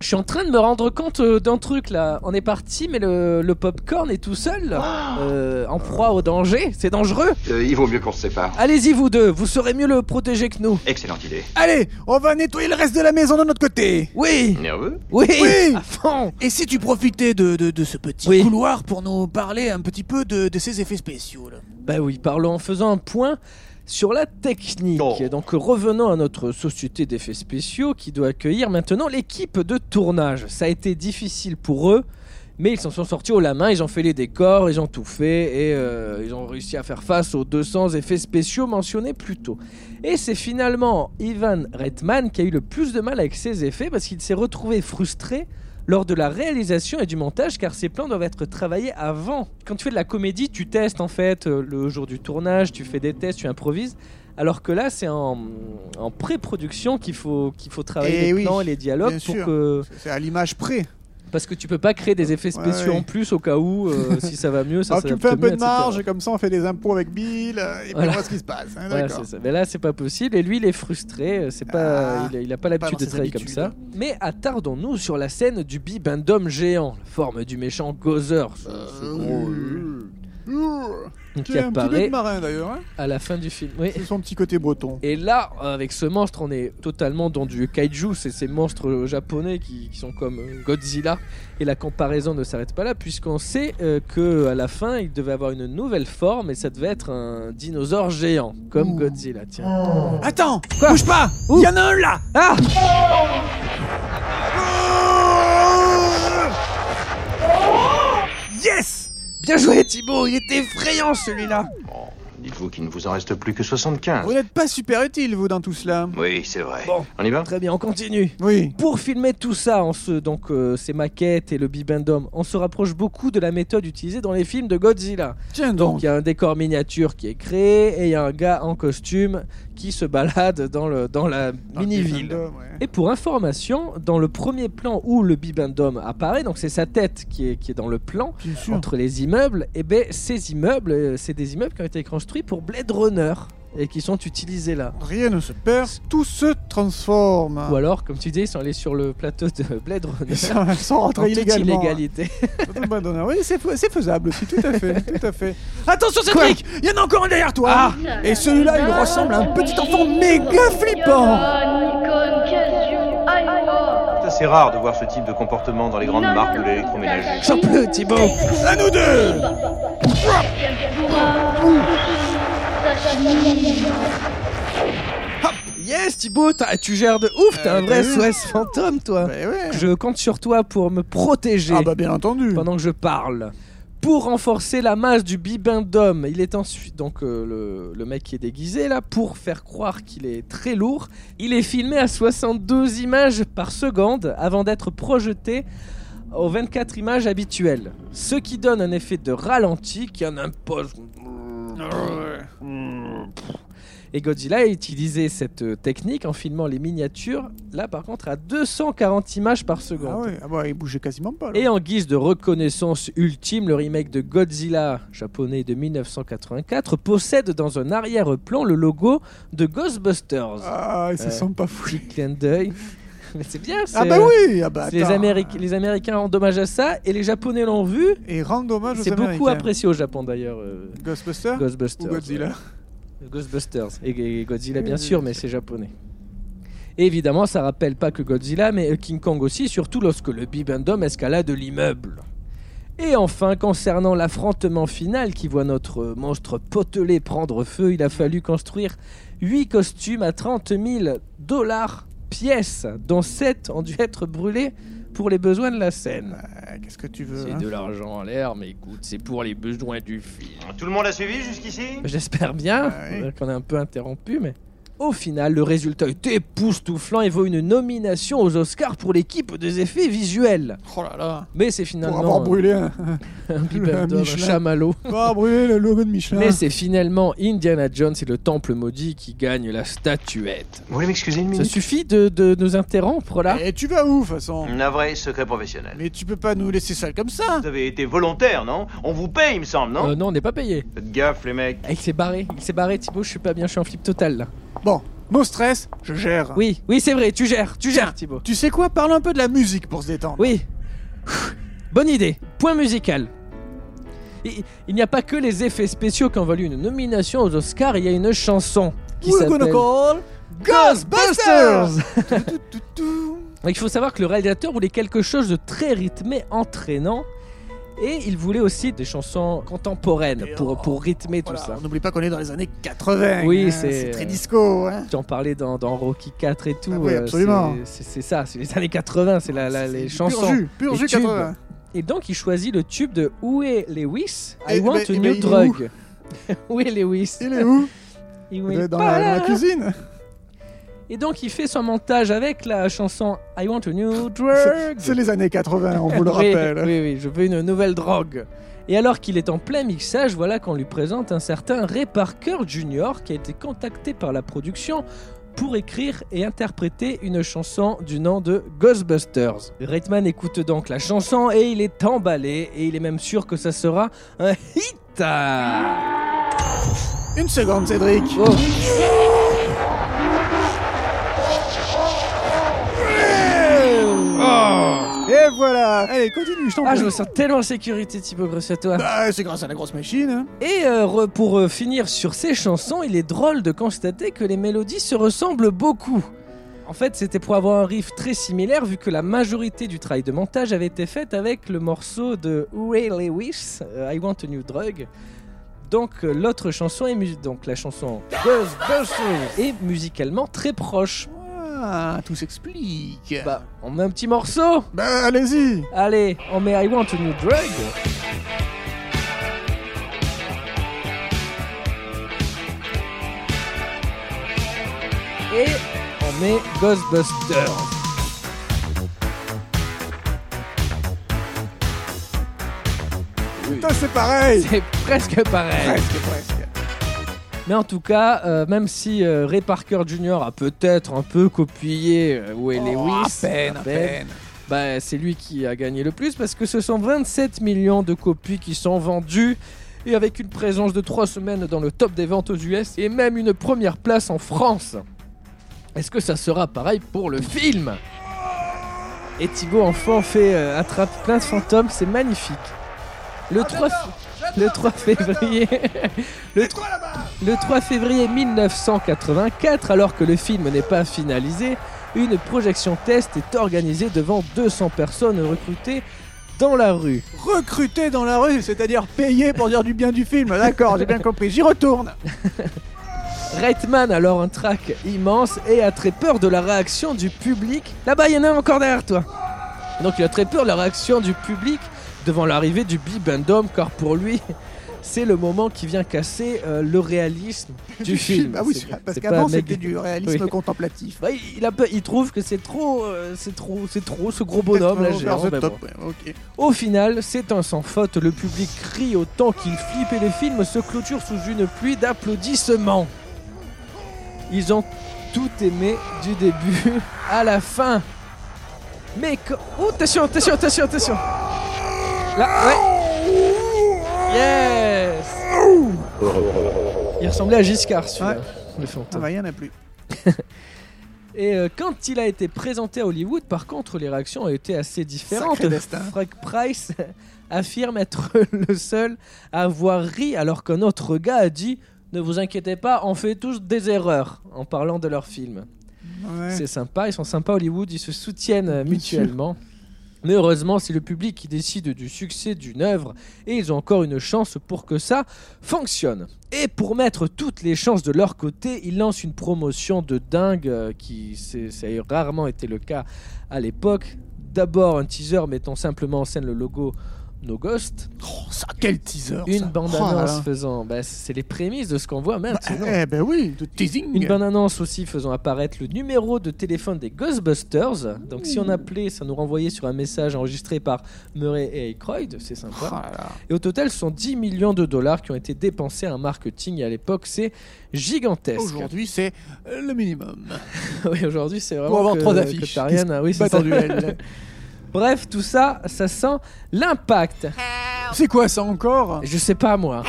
je suis en train de me rendre compte euh, d'un truc là. On est parti, mais le, le popcorn est tout seul, euh, en proie au danger. C'est dangereux. Euh, il vaut mieux qu'on se sépare. Allez-y vous deux, vous saurez mieux le protéger que nous. Excellente idée. Allez, on va nettoyer le reste de la maison de notre côté Oui, Nerveux oui, Oui. à fond. Et si tu profitais de, de, de ce petit Oui. couloir pour nous parler un petit peu de, de ces effets spéciaux là. Bah oui, parlons en faisant un point sur la technique. Oh. Donc revenons à notre société d'effets spéciaux qui doit accueillir maintenant l'équipe de tournage. Ça a été difficile pour eux. Mais ils s'en sont sortis haut la main, ils ont fait les décors, ils ont tout fait et euh, ils ont réussi à faire face aux 200 effets spéciaux mentionnés plus tôt. Et c'est finalement Ivan Reitman qui a eu le plus de mal avec ses effets parce qu'il s'est retrouvé frustré lors de la réalisation et du montage car ces plans doivent être travaillés avant. Quand tu fais de la comédie, tu testes en fait euh, le jour du tournage, tu fais des tests, tu improvises. Alors que là, c'est en, en pré-production qu'il faut, qu'il faut travailler Eh les oui, plans et les dialogues bien pour sûr. que... C'est à l'image près. Parce que tu peux pas créer des effets Ouais, spéciaux ouais. en plus au cas où, euh, si ça va mieux, ça Alors Ah, tu me s'adapte fais un peu mieux, de etc. marge, et comme ça on fait des impôts avec Bill, euh, et puis Voilà. on voit ce qui se passe. hein, Voilà, D'accord. c'est ça. Mais là, c'est pas possible. Et lui, il est frustré. euh, C'est pas, Ah, il, a- il a pas pas l'habitude de dans ses travailler comme habitudes. ça. Mais attardons-nous sur la scène du bibendum géant, la forme du méchant Gozer, ce, ce gros, Euh, euh, qui qui est un petit peu apparaît de marin d'ailleurs, hein. à la fin du film. Oui. c'est son petit côté breton. Et là, euh, avec ce monstre, on est totalement dans du kaiju. C'est ces monstres euh, japonais qui, qui sont comme euh, Godzilla. Et la comparaison ne s'arrête pas là, puisqu'on sait euh, que à la fin, il devait avoir une nouvelle forme et ça devait être un dinosaure géant, comme Ouh. Godzilla. Tiens. Attends, bouge pas Ouh. Il y en a un là Ah Yes Bien joué, Thibaut. Il était effrayant celui-là. Bon, dites vous qu'il ne vous en reste plus que 75. Vous n'êtes pas super utile, vous, dans tout cela. Oui, c'est vrai. Bon. On y va Très bien, on continue. Oui. Pour filmer tout ça, on se, donc euh, ces maquettes et le bibendum, on se rapproche beaucoup de la méthode utilisée dans les films de Godzilla. Tiens Donc donc. il y a un décor miniature qui est créé et il y a un gars en costume qui se balade dans, le, dans la mini-ville. Nintendo, ouais. Et pour information, dans le premier plan où le bibendum apparaît, donc c'est sa tête qui est, qui est dans le plan, Bien sûr. entre les immeubles, et ben ces immeubles, euh, c'est des immeubles qui ont été construits pour Blade Runner et qui sont utilisés là. Rien ne se perd, tout se transforme. Ou alors, comme tu dis, ils sont allés sur le plateau de Blade Runner. Ah. Ils sont, ils sont en rentrés toute illégalement. hein. illégalité. Tout le monde en a- Oui, c'est fa- c'est faisable aussi, tout à fait, tout à fait. Attention, Cédric, il y en a encore un derrière toi. Ah. et celui-là, il ressemble à un petit enfant méga flippant. C'est assez rare de voir ce type de comportement dans les grandes marques de l'électroménager. J'en peux, Thibaut À nous deux. Yes, Thibaut, t'as- tu gères de ouf, t'es Euh, un t'as vrai vu SOS fantôme, toi Ben ouais. Je compte sur toi pour me protéger Ah bah bien entendu. pendant que je parle. Pour renforcer la masse du bibendum, il est ensuite donc euh, le, le mec qui est déguisé là pour faire croire qu'il est très lourd. Il est filmé à 62 images par seconde avant d'être projeté aux 24 images habituelles, ce qui donne un effet de ralenti qui en impose. Et Godzilla a utilisé cette euh, technique en filmant les miniatures, là par contre à 240 images par seconde. Ah ouais, ah bah, il bougeait quasiment pas. là. Et en guise de reconnaissance ultime, le remake de Godzilla japonais de 1984 possède dans un arrière-plan le logo de Ghostbusters. Ah, ils se Euh, sont pas fous. Petit clin d'œil. Mais c'est bien ça. Ah bah oui, ah bah les, attends. Améric- les Américains rendent hommage à ça et les Japonais l'ont vu. Et rendre hommage aux C'est beaucoup Américains. apprécié au Japon d'ailleurs. euh, Ghostbusters Ghostbusters. ou Godzilla ouais. Ghostbusters. Et, et Godzilla bien sûr, mais c'est japonais. Et évidemment, ça rappelle pas que Godzilla, mais euh, King Kong aussi, surtout lorsque le Bibendum escalade l'immeuble. Et enfin, concernant l'affrontement final qui voit notre euh, monstre potelé prendre feu, il a fallu construire 8 costumes à 30 000 dollars pièce, dont 7 ont dû être brûlés pour les besoins de la scène. Ah, Qu'est-ce que tu veux C'est hein de l'argent en l'air, mais écoute, c'est pour les besoins du film. Tout le monde a suivi jusqu'ici J'espère bien Ah oui. euh, qu'on est un peu interrompu, mais. Au final, le résultat est époustouflant et vaut une nomination aux Oscars pour l'équipe des effets visuels. Oh là là Mais c'est Pour finalement avoir euh, brûlé un, un, bibendum, un Michelin. chamallow. pour avoir brûlé le logo de Michelin. Mais c'est finalement Indiana Jones et le Temple maudit qui gagnent la statuette. Vous voulez m'excuser une Ça minute suffit de, de nous interrompre là Et Eh, tu vas où, de toute façon Navré, secret professionnel. Mais tu peux pas nous laisser seuls comme ça Vous avez été volontaire, non On vous paye, il me semble, non Euh, Non, on n'est pas payé. Faites gaffe, les mecs. Ah, il s'est barré, il s'est barré, Thibaut, je suis pas bien, je suis en flip total là. Bon, no stress, je gère. Oui, oui, c'est vrai, tu gères, tu Tiens. gères, Thibaut. Tu sais quoi Parle un peu de la musique pour se détendre. Oui. Bonne idée. Point musical. Il, il n'y a pas que les effets spéciaux qui ont valu une nomination aux Oscars, il y a une chanson qui We're s'appelle... gonna call Ghostbusters Tout, tout, tout. Il faut savoir que le réalisateur voulait quelque chose de très rythmé, entraînant, et il voulait aussi des chansons contemporaines pour, pour rythmer tout oh, Voilà, ça. on N'oublie pas qu'on est dans les années 80. Oui, hein, c'est- euh, très disco. Hein. Tu en parlais dans, dans Rocky 4 et tout. Ah oui, euh, absolument. c'est- C'est c'est ça, c'est les années 80, c'est la, la- C'est les du chansons. Pur jus, pur les jus tubes. 80. Et donc il choisit le tube de Huey Lewis, I Et- Want Eh, mais- mais a New il est Drug. Huey Lewis. Il est où Il Il est est dans la, pas dans la là. cuisine. Et donc il fait son montage avec la chanson I Want a New Drug. C'est les années 80, on vous le Oui, rappelle. Oui, oui, je veux une nouvelle drogue. Et alors qu'il est en plein mixage, voilà qu'on lui présente un certain Ray Parker Jr. qui a été contacté par la production pour écrire et interpréter une chanson du nom de Ghostbusters. Reitman écoute donc la chanson et il est emballé et il est même sûr que ça sera un hit. Ah Une seconde, Cédric. Oh. Et voilà Allez, continue, je t'en Ah, je prie. me sens tellement en sécurité, Thibaut, grâce à toi. Bah, c'est grâce à la grosse machine. hein. Et euh, re- pour euh, finir sur ces chansons, il est drôle de constater que les mélodies se ressemblent beaucoup. En fait, c'était pour avoir un riff très similaire vu que la majorité du travail de montage avait été faite avec le morceau de Ray Lewis, euh, I Want a New Drug. Donc euh, l'autre chanson est mu- donc la chanson Ghostbusters est musicalement très proche. Ah, tout s'explique. Bah, Bah, on met un petit morceau. allez-y Allez, on met I Want a New Drug. et on met Ghostbusters. Putain, c'est pareil C'est presque pareil. Presque, presque. Mais en tout cas, euh, même si euh, Ray Parker Jr. a peut-être un peu copié euh, Huey Oh, Lewis, à peine, à peine. bah, c'est lui qui a gagné le plus parce que ce sont 27 millions de copies qui sont vendues. Et avec une présence de 3 semaines dans le top des ventes aux US et même une première place en France. Est-ce que ça sera pareil pour le film Et Thibaut Enfant fait euh, attrape plein de fantômes, c'est magnifique. Le 3, le 3 février. le, le 3 février 1984, alors que le film n'est pas finalisé, une projection test est organisée devant 200 personnes recrutées dans la rue. Recruté dans la rue, c'est-à-dire payé pour dire du bien du film. D'accord, j'ai bien compris. J'y retourne. Reitman alors un trac immense et a très peur de la réaction du public. Là-bas, il y en a un encore derrière toi. Donc il a très peur de la réaction du public devant l'arrivée du Bibendum, car pour lui, c'est le moment qui vient casser euh, le réalisme du, film. Ah oui, C'est- parce c'est qu'avant pas méga- c'était du réalisme Oui. contemplatif. Ouais, Bah, il, a peu- il trouve que c'est trop, euh, c'est trop, c'est trop, ce gros bonhomme là. Peut-être j'ai- vers oh, the ben top, bon. ouais, ok. Au final, c'est un sans faute. Le public crie autant qu'il flippe et le film se clôture sous une pluie d'applaudissements. Ils ont tout aimé du début à la fin. Mais co- oh, attention, attention, attention, attention. Là, ouais. Yes. Il ressemblait à Giscard, celui-là, Ouais. le fantôme. Ah bah, il y en a plus. Et euh, quand il a été présenté à Hollywood, par contre, les réactions ont été assez différentes. Sacré destin. Frank Price affirme être le seul à avoir ri, alors qu'un autre gars a dit Ne vous inquiétez pas, on fait tous des erreurs en parlant de leur film. Ouais. C'est sympa, ils sont sympas Hollywood, ils se soutiennent euh, Bien sûr. mutuellement. Mais heureusement, c'est le public qui décide du succès d'une œuvre et ils ont encore une chance pour que ça fonctionne. Et pour mettre toutes les chances de leur côté, ils lancent une promotion de dingue euh, qui c'est- ça a rarement été le cas à l'époque. D'abord un teaser mettant simplement en scène le logo No Ghost, Oh, ça, quel teaser une ça. bande Oh là annonce là. faisant, bah, c'est les prémices de ce qu'on voit maintenant. Eh ben oui, de teasing. Une bonne annonce aussi faisant apparaître le numéro de téléphone des Ghostbusters. Donc Mmh. si on appelait, ça nous renvoyait sur un message enregistré par Murray et Aykroyd, c'est Oh sympa. là là. Et au total, ce sont 10 millions de dollars qui ont été dépensés en marketing et à l'époque, c'est gigantesque. Aujourd'hui, c'est euh, le minimum. oui, aujourd'hui, c'est vraiment Pour avoir que- trois que affiches. t'as rien à- oui, Pas c'est ça. en duel. Bref, tout ça, ça sent l'impact. C'est quoi ça encore Je sais pas moi.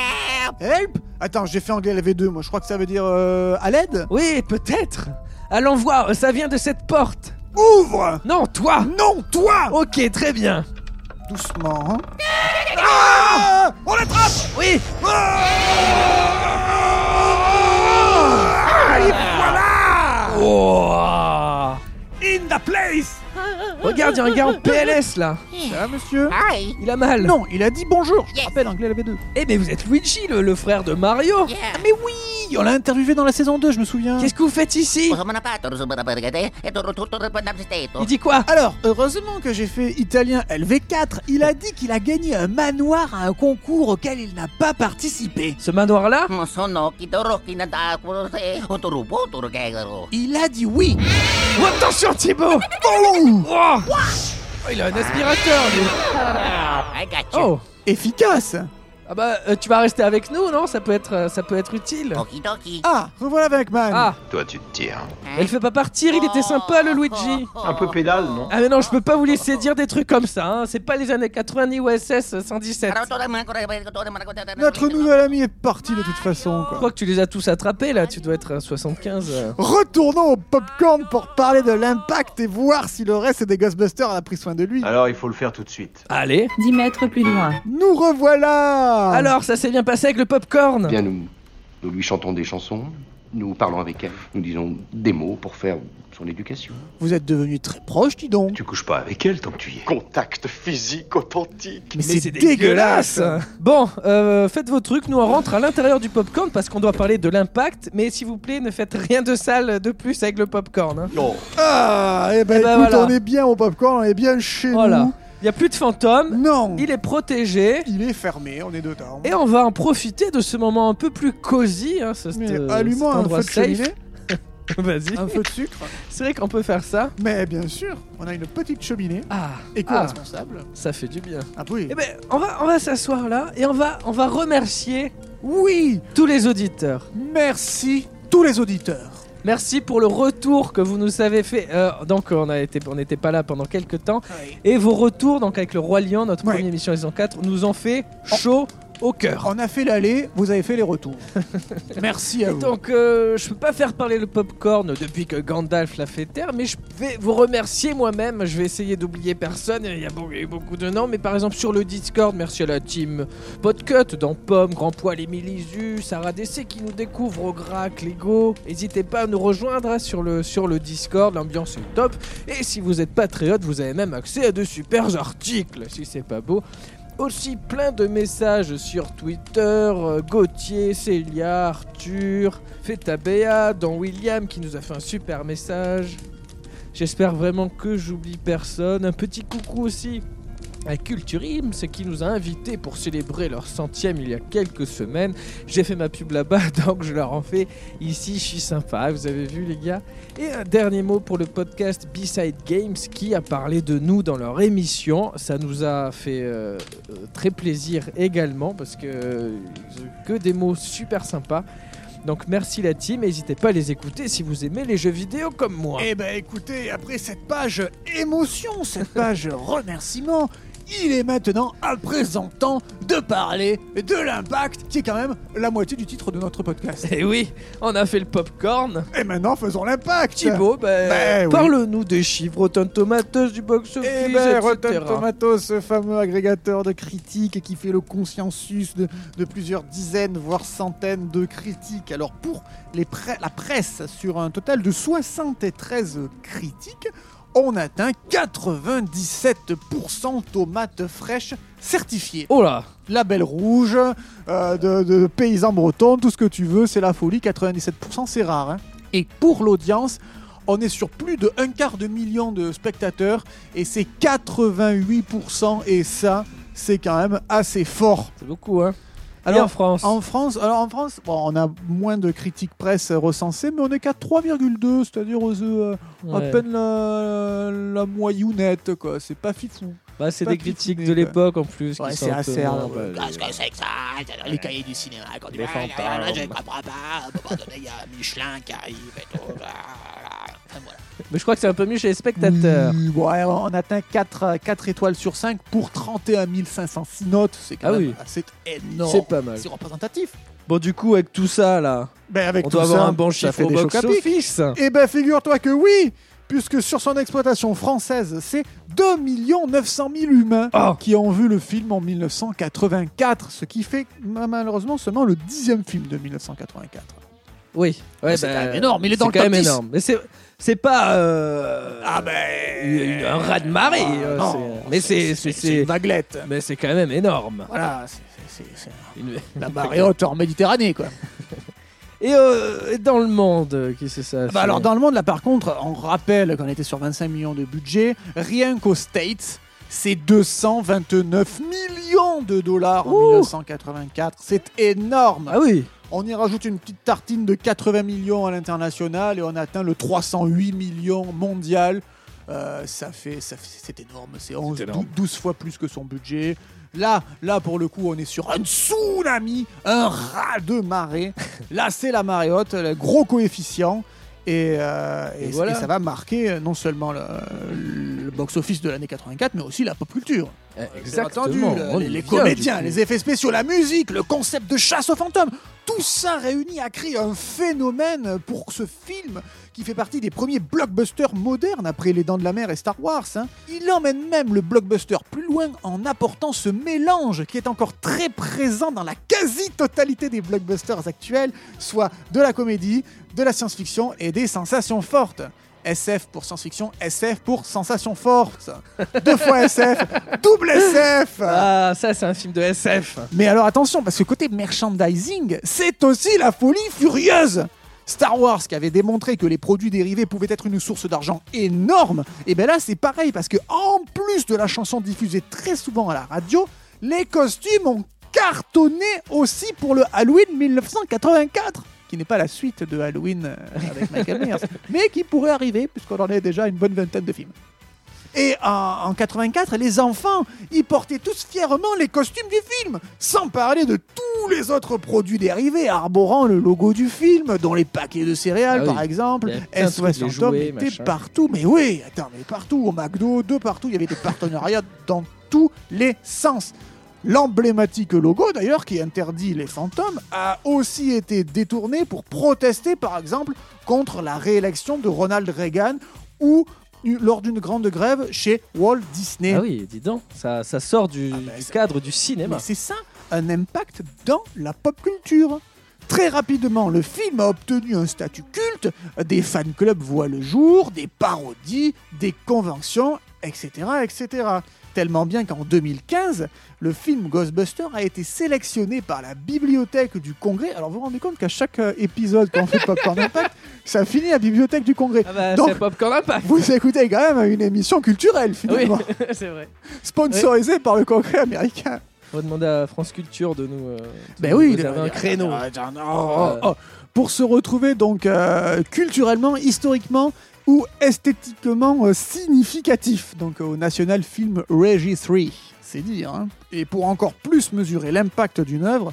Help Attends, j'ai fait anglais LV2, moi je crois que ça veut dire euh, à l'aide Oui, peut-être. Allons voir, ça vient de cette porte. Ouvre Non, toi. Non, toi Ok, très bien. Doucement. hein. Ah On l'attrape Oui, Ah Et voilà Oh In the place Regarde, il y a un gars en PLS là Ça va, monsieur Aïe Il a mal Non, il a dit bonjour Je Yes. rappelle anglais LV2. Eh mais vous êtes Luigi, le, le frère de Mario Yeah. Ah, Mais oui On l'a interviewé dans la saison 2, je me souviens. Qu'est-ce que vous faites ici Il dit quoi Alors, heureusement que j'ai fait italien LV4, il a dit qu'il a gagné un manoir à un concours auquel il n'a pas participé. Ce manoir là Il a dit oui oh, Attention Thibaut Mm. Oh Oh, Il a un aspirateur lui Oh Efficace Ah bah euh, tu vas rester avec nous non Ça peut être euh, ça peut être utile Oh. Ah, revoilà avec Man Ah Toi, tu te tires. hein. Elle fait pas partir, il était sympa le Luigi Un peu pédale, non Ah mais non je peux pas vous laisser dire des trucs comme ça hein. C'est pas les années 90 ou SS 117 Notre nouvel ami est parti de toute façon. Je Quoi. crois que tu les as tous attrapés là, tu dois être à 75 euh. Retournons au popcorn pour parler de l'impact et voir si le reste des Ghostbusters a pris soin de Oh. lui. Alors, il faut le faire tout de suite. Allez 10 mètres plus loin. Nous revoilà Alors, ça s'est bien passé avec le popcorn Bien, nous, nous lui chantons des chansons, nous parlons avec elle, nous disons des mots pour faire son éducation. Vous êtes devenus très proches, dis donc. Tu couches pas avec elle tant que tu y es. Contact physique authentique. Mais, c'est dégueulasse, Bon, euh, faites vos trucs, nous on rentre à l'intérieur du popcorn parce qu'on doit parler de l'impact, mais s'il vous plaît, ne faites rien de sale de plus avec le popcorn. hein. Ah Eh ben, Eh ben, écoute, voilà. on est bien au popcorn, on est bien chez Voilà. Il n'y a plus de nous. fantômes, Non il est protégé, Il est fermé, on est dedans. et on va en profiter de ce moment un peu plus cosy, hein, ce, Mais ce- cet allumons un endroit feu de safe. cheminée. Vas-y. Un feu de sucre. C'est vrai qu'on peut faire ça. Mais bien sûr, on a une petite cheminée. Ah. Éco-responsable. Ça fait du bien. Ah oui. Eh ben, on va, on va s'asseoir là et on va, on va remercier Oui. tous les auditeurs. Merci tous les auditeurs. Merci pour le retour que vous nous avez fait. Euh, donc on a été, on n'était pas là pendant quelques temps. Et vos retours, donc avec le Roi Lion, notre Ouais. première émission saison 4, nous ont fait chaud au cœur. On a fait l'aller, vous avez fait les retours. Merci à Et vous. donc, euh, je peux pas faire parler le popcorn depuis que Gandalf l'a fait taire, mais je vais vous remercier moi-même. Je vais essayer d'oublier personne. Il y a beau- il y a eu beaucoup de noms, mais par exemple sur le Discord, merci à la team Podcut, dans Pomme, Grand Poil, Émilie Zu, Sarah DC qui nous découvre, Ogras, Clégo. N'hésitez pas à nous rejoindre hein, sur, le, sur le Discord, l'ambiance est top. Et si vous êtes patriote, vous avez même accès à de super articles, si c'est pas beau aussi plein de messages sur Twitter, euh, Gauthier, Célia, Arthur, Fetabea, dans William qui nous a fait un super message. J'espère vraiment que j'oublie personne. Un petit coucou aussi à Culturim, ce qui nous a invités pour célébrer leur centième il y a quelques semaines. J'ai fait ma pub là-bas, donc je leur en fais ici. Je suis sympa, vous avez vu les gars. Et un dernier mot pour le podcast B-Side Games qui a parlé de nous dans leur émission. Ça nous a fait euh, euh, très plaisir également parce que euh, que des mots super sympas. Donc merci la team, n'hésitez pas à les écouter si vous aimez les jeux vidéo comme moi. Eh ben écoutez, après cette page émotion, cette page remerciement, il est maintenant à présent temps de parler de l'impact qui est quand même la moitié du titre de notre podcast. Et Eh oui, on a fait le popcorn. Et maintenant faisons l'impact. Thibaut, ben, Ben oui. parle-nous des chiffres Rotten Tomatoes du box-office, Eh ben, etc. Rotten Tomatoes, ce fameux agrégateur de critiques qui fait le consensus de, de plusieurs dizaines, voire centaines de critiques. Alors, pour les pre- la presse, sur un total de 73 critiques, on atteint 97% tomates fraîches certifiées. Oh là, Label rouge, euh, de, de paysans bretons, tout ce que tu veux, c'est la folie. 97%, c'est rare. hein. Et pour l'audience, on est sur plus de un quart de million de spectateurs et c'est 88%. Et ça, c'est quand même assez fort. c'est beaucoup hein. Alors Alors, en France, En France, alors en France, bon, on a moins de critiques presse recensées, mais on est qu'à 3,2, c'est-à-dire aux œufs, euh, Ouais. à peine la, la moyounette, quoi. C'est pas fifou. Bah, c'est pas des qui critiques fout, de mais, l'époque en plus. qui Ouais, sont c'est un peu assez moins, rare. Ah, bah, les- Qu'est-ce que c'est que ça Les cahiers du cinéma, quand tu Les parles, là, là, fantômes. je comprends pas. À un moment donné, il y a Michelin qui arrive et tout. là, là. Enfin, voilà. Mais je crois que c'est un peu mieux chez les spectateurs. Oui, bon, ouais, on atteint 4, étoiles sur 5 pour 31 506 notes. C'est quand Ah même oui. assez énorme. C'est pas mal. C'est représentatif. Bon, du coup, avec tout ça là, Ben, avec on doit tout avoir ça, un bon ça chiffre fait au des chocs à pic. box-office. Eh ben, figure-toi que oui Puisque sur son exploitation française, c'est 2 900 000 humains Oh. qui ont vu le film en 1984, ce qui fait malheureusement seulement le dixième film de 1984. Oui, ouais, C'est bah, quand même énorme, il est dans le c'est quand top même 10. énorme. Mais c'est, c'est pas. euh, Ah ben... une- une- un raz de marée. Ah, euh, non, c'est- mais c'est, c'est, C'est une vaguelette. mais c'est quand même énorme. Voilà, c'est- c'est- c'est- c'est Une- la marée haute en Méditerranée, quoi. Et euh, et dans le monde, euh, qui c'est ça Ah bah alors dans le monde là par contre, on rappelle qu'on était sur 25 millions de budget, rien qu'aux States, c'est 229 millions de dollars en Ouh. 1984, c'est énorme. Ah oui On y rajoute une petite tartine de 80 millions à l'international et on atteint le 308 millions mondial. Euh, ça fait, ça fait- c'est énorme, c'est 11, énorme. 12 fois plus que son budget. Là, là pour le coup, on est sur un tsunami, un raz de marée. Là, c'est la marée haute, le gros coefficient. Et, euh, et- Et voilà. et ça va marquer euh, non seulement le, le box-office de l'année 84, mais aussi la pop culture. Eh, Bien Exactement. entendu, Euh, le- on les, y les vient, comédiens, du coup. les effets spéciaux, la musique, le concept de chasse aux fantômes, tout ça réuni a créé un phénomène pour ce film qui fait partie des premiers blockbusters modernes après Les Dents de la Mer et Star Wars. hein. Il emmène même le blockbuster plus loin en apportant ce mélange qui est encore très présent dans la quasi-totalité des blockbusters actuels, soit de la comédie, de la science-fiction et des sensations fortes. SF pour science-fiction, SF pour sensation forte. Deux fois SF, double SF. Ah, ça, c'est un film de SF. Mais alors attention, parce que côté merchandising, c'est aussi la folie furieuse Star Wars, qui avait démontré que les produits dérivés pouvaient être une source d'argent énorme, et bien là c'est pareil, parce que en plus de la chanson diffusée très souvent à la radio, les costumes ont cartonné aussi pour le Halloween 1984, qui qui n'est pas la suite de Halloween euh, avec Michael Myers, mais qui pourrait arriver, puisqu'on en est déjà à une bonne vingtaine de films. Et en, en 84, les enfants, ils portaient tous fièrement les costumes du film, sans parler de tous les autres produits dérivés, arborant le logo du film, dont les paquets de céréales, Ah oui. par exemple. Il y avait plein de SOS trucs, les Fantôme jouets, était machin. partout, mais oui, attends, mais partout, au McDo, de partout, il y avait des partenariats dans tous les sens. L'emblématique logo, d'ailleurs, qui interdit les fantômes, a aussi été détourné pour protester, par exemple, contre la réélection de Ronald Reagan ou u- lors d'une grande grève chez Walt Disney. Ah oui, dis donc, ça, ça sort du, du cadre du cinéma. Ah bah, Mais c'est ça, un impact dans la pop culture. Très rapidement, le film a obtenu un statut culte, des fan clubs voient le jour, des parodies, des conventions, etc. etc. Tellement bien qu'en 2015, le film Ghostbuster a été sélectionné par la bibliothèque du Congrès. Alors vous vous rendez compte qu'à chaque euh, épisode qu'on fait Popcorn Impact, ça finit à la bibliothèque du Congrès. Ah bah, Donc c'est Popcorn Impact vous écoutez quand même une émission culturelle Oui, finalement, c'est vrai. sponsorisée par le Congrès américain. On va demander à France Culture de nous. euh, de Ben nous oui, réserver de- un créneau. Ah, tiens, non, oh, oh. Pour se retrouver donc euh, culturellement, historiquement ou esthétiquement euh, significatif, donc au National Film Registry, c'est dire. hein. Et pour encore plus mesurer l'impact d'une œuvre,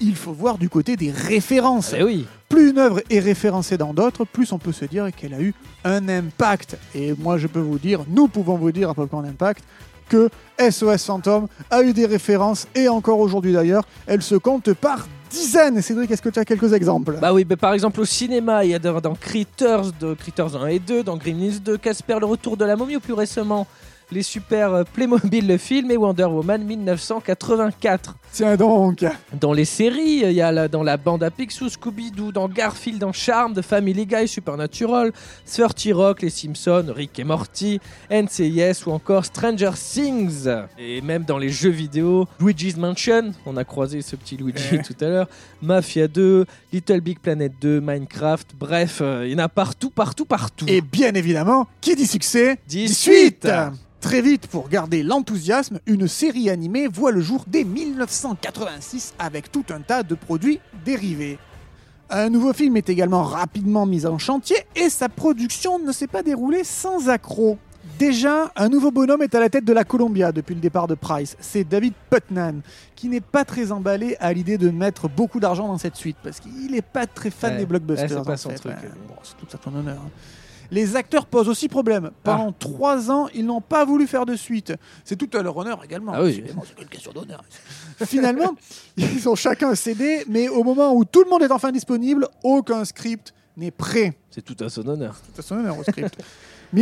il faut voir du côté des références. Ben oui. Plus une œuvre est référencée dans d'autres, plus on peut se dire qu'elle a eu un impact. Et moi, je peux vous dire, nous pouvons vous dire à Popcorn Impact, que SOS Fantôme a eu des références, et encore aujourd'hui d'ailleurs, elle se compte par dizaines. Cédric, est-ce que tu as quelques exemples Bah oui, bah par exemple au cinéma, il y a dans, dans Critters, de Critters 1 et 2, dans Gremlins 2, Casper, le retour de la momie, ou plus récemment, les super euh, Playmobil, le film, et Wonder Woman 1984. Tiens donc Dans les séries, il y a la- dans la bande à Picsou, Scooby-Doo, dans Garfield, dans Charme, The Family Guy, Supernatural, 30 Rock, Les Simpsons, Rick et Morty, NCIS ou encore Stranger Things. Et même dans les jeux vidéo, Luigi's Mansion, on a croisé ce petit Eh. Luigi tout à l'heure, Mafia 2, Little Big Planet 2, Minecraft, bref, euh, il y en a partout, partout, partout. Et bien évidemment, qui dit succès Dit dit suite suite. Très vite, pour garder l'enthousiasme, une série animée voit le jour dès 1986 avec tout un tas de produits dérivés. Un nouveau film est également rapidement mis en chantier et sa production ne s'est pas déroulée sans accroc. Déjà, un nouveau bonhomme est à la tête de la Columbia depuis le départ de Price. C'est David Putnam, qui n'est pas très emballé à l'idée de mettre beaucoup d'argent dans cette suite, parce qu'il n'est pas très fan Ouais. des blockbusters. Ouais, c'est pas en son fait, truc, hein. lui. Bon, c'est tout à ton honneur. hein. Les acteurs posent aussi problème. Ah. Pendant trois ans, ils n'ont pas voulu faire de suite. C'est tout à leur honneur également. Ah oui. Évidemment, c'est une question d'honneur. Finalement, ils ont chacun cédé, mais au moment où tout le monde est enfin disponible, aucun script n'est prêt. C'est tout à son honneur. C'est tout à son honneur au script.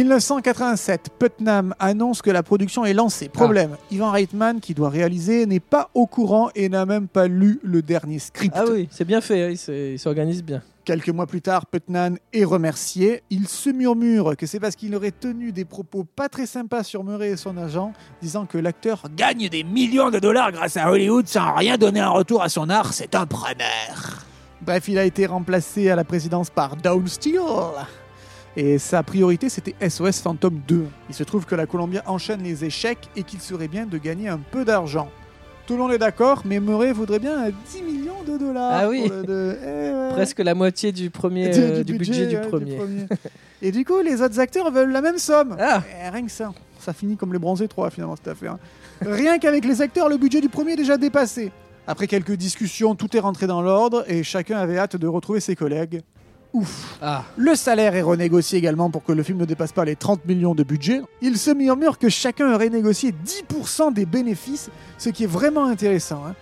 1987, Putnam annonce que la production est Ah. lancée. Problème, Ivan Reitman, qui doit réaliser, n'est pas au courant et n'a même pas lu le dernier script. Ah oui, c'est bien fait, hein, il s'est- il s'organise bien. Quelques mois plus tard, Putnam est remercié. Il se murmure que c'est parce qu'il aurait tenu des propos pas très sympas sur Murray et son agent, disant que l'acteur gagne des millions de dollars grâce à Hollywood sans rien donner en retour à son art, c'est un preneur. Bref, il a été remplacé à la présidence par Dawn Steele. Et sa priorité, c'était SOS Phantom 2. Il se trouve que la Columbia enchaîne les échecs et qu'il serait bien de gagner un peu d'argent. Tout le monde est d'accord, mais Murray voudrait bien un 10 millions de dollars. Ah oui. pour le- de- Eh ouais. Presque la moitié du premier, Du- euh, du, budget, du ouais, premier. Et du coup, les autres acteurs veulent la même somme. Ah Eh, rien que ça. Ça finit comme les bronzés 3 finalement cette affaire. hein. Rien qu'avec les acteurs, le budget du premier est déjà dépassé. Après quelques discussions, tout est rentré dans l'ordre et chacun avait hâte de retrouver ses collègues. Ouf. Ah Le salaire est renégocié également pour que le film ne dépasse pas les 30 millions de budget. Il se murmure que chacun aurait négocié 10% des bénéfices, ce qui est vraiment intéressant. hein.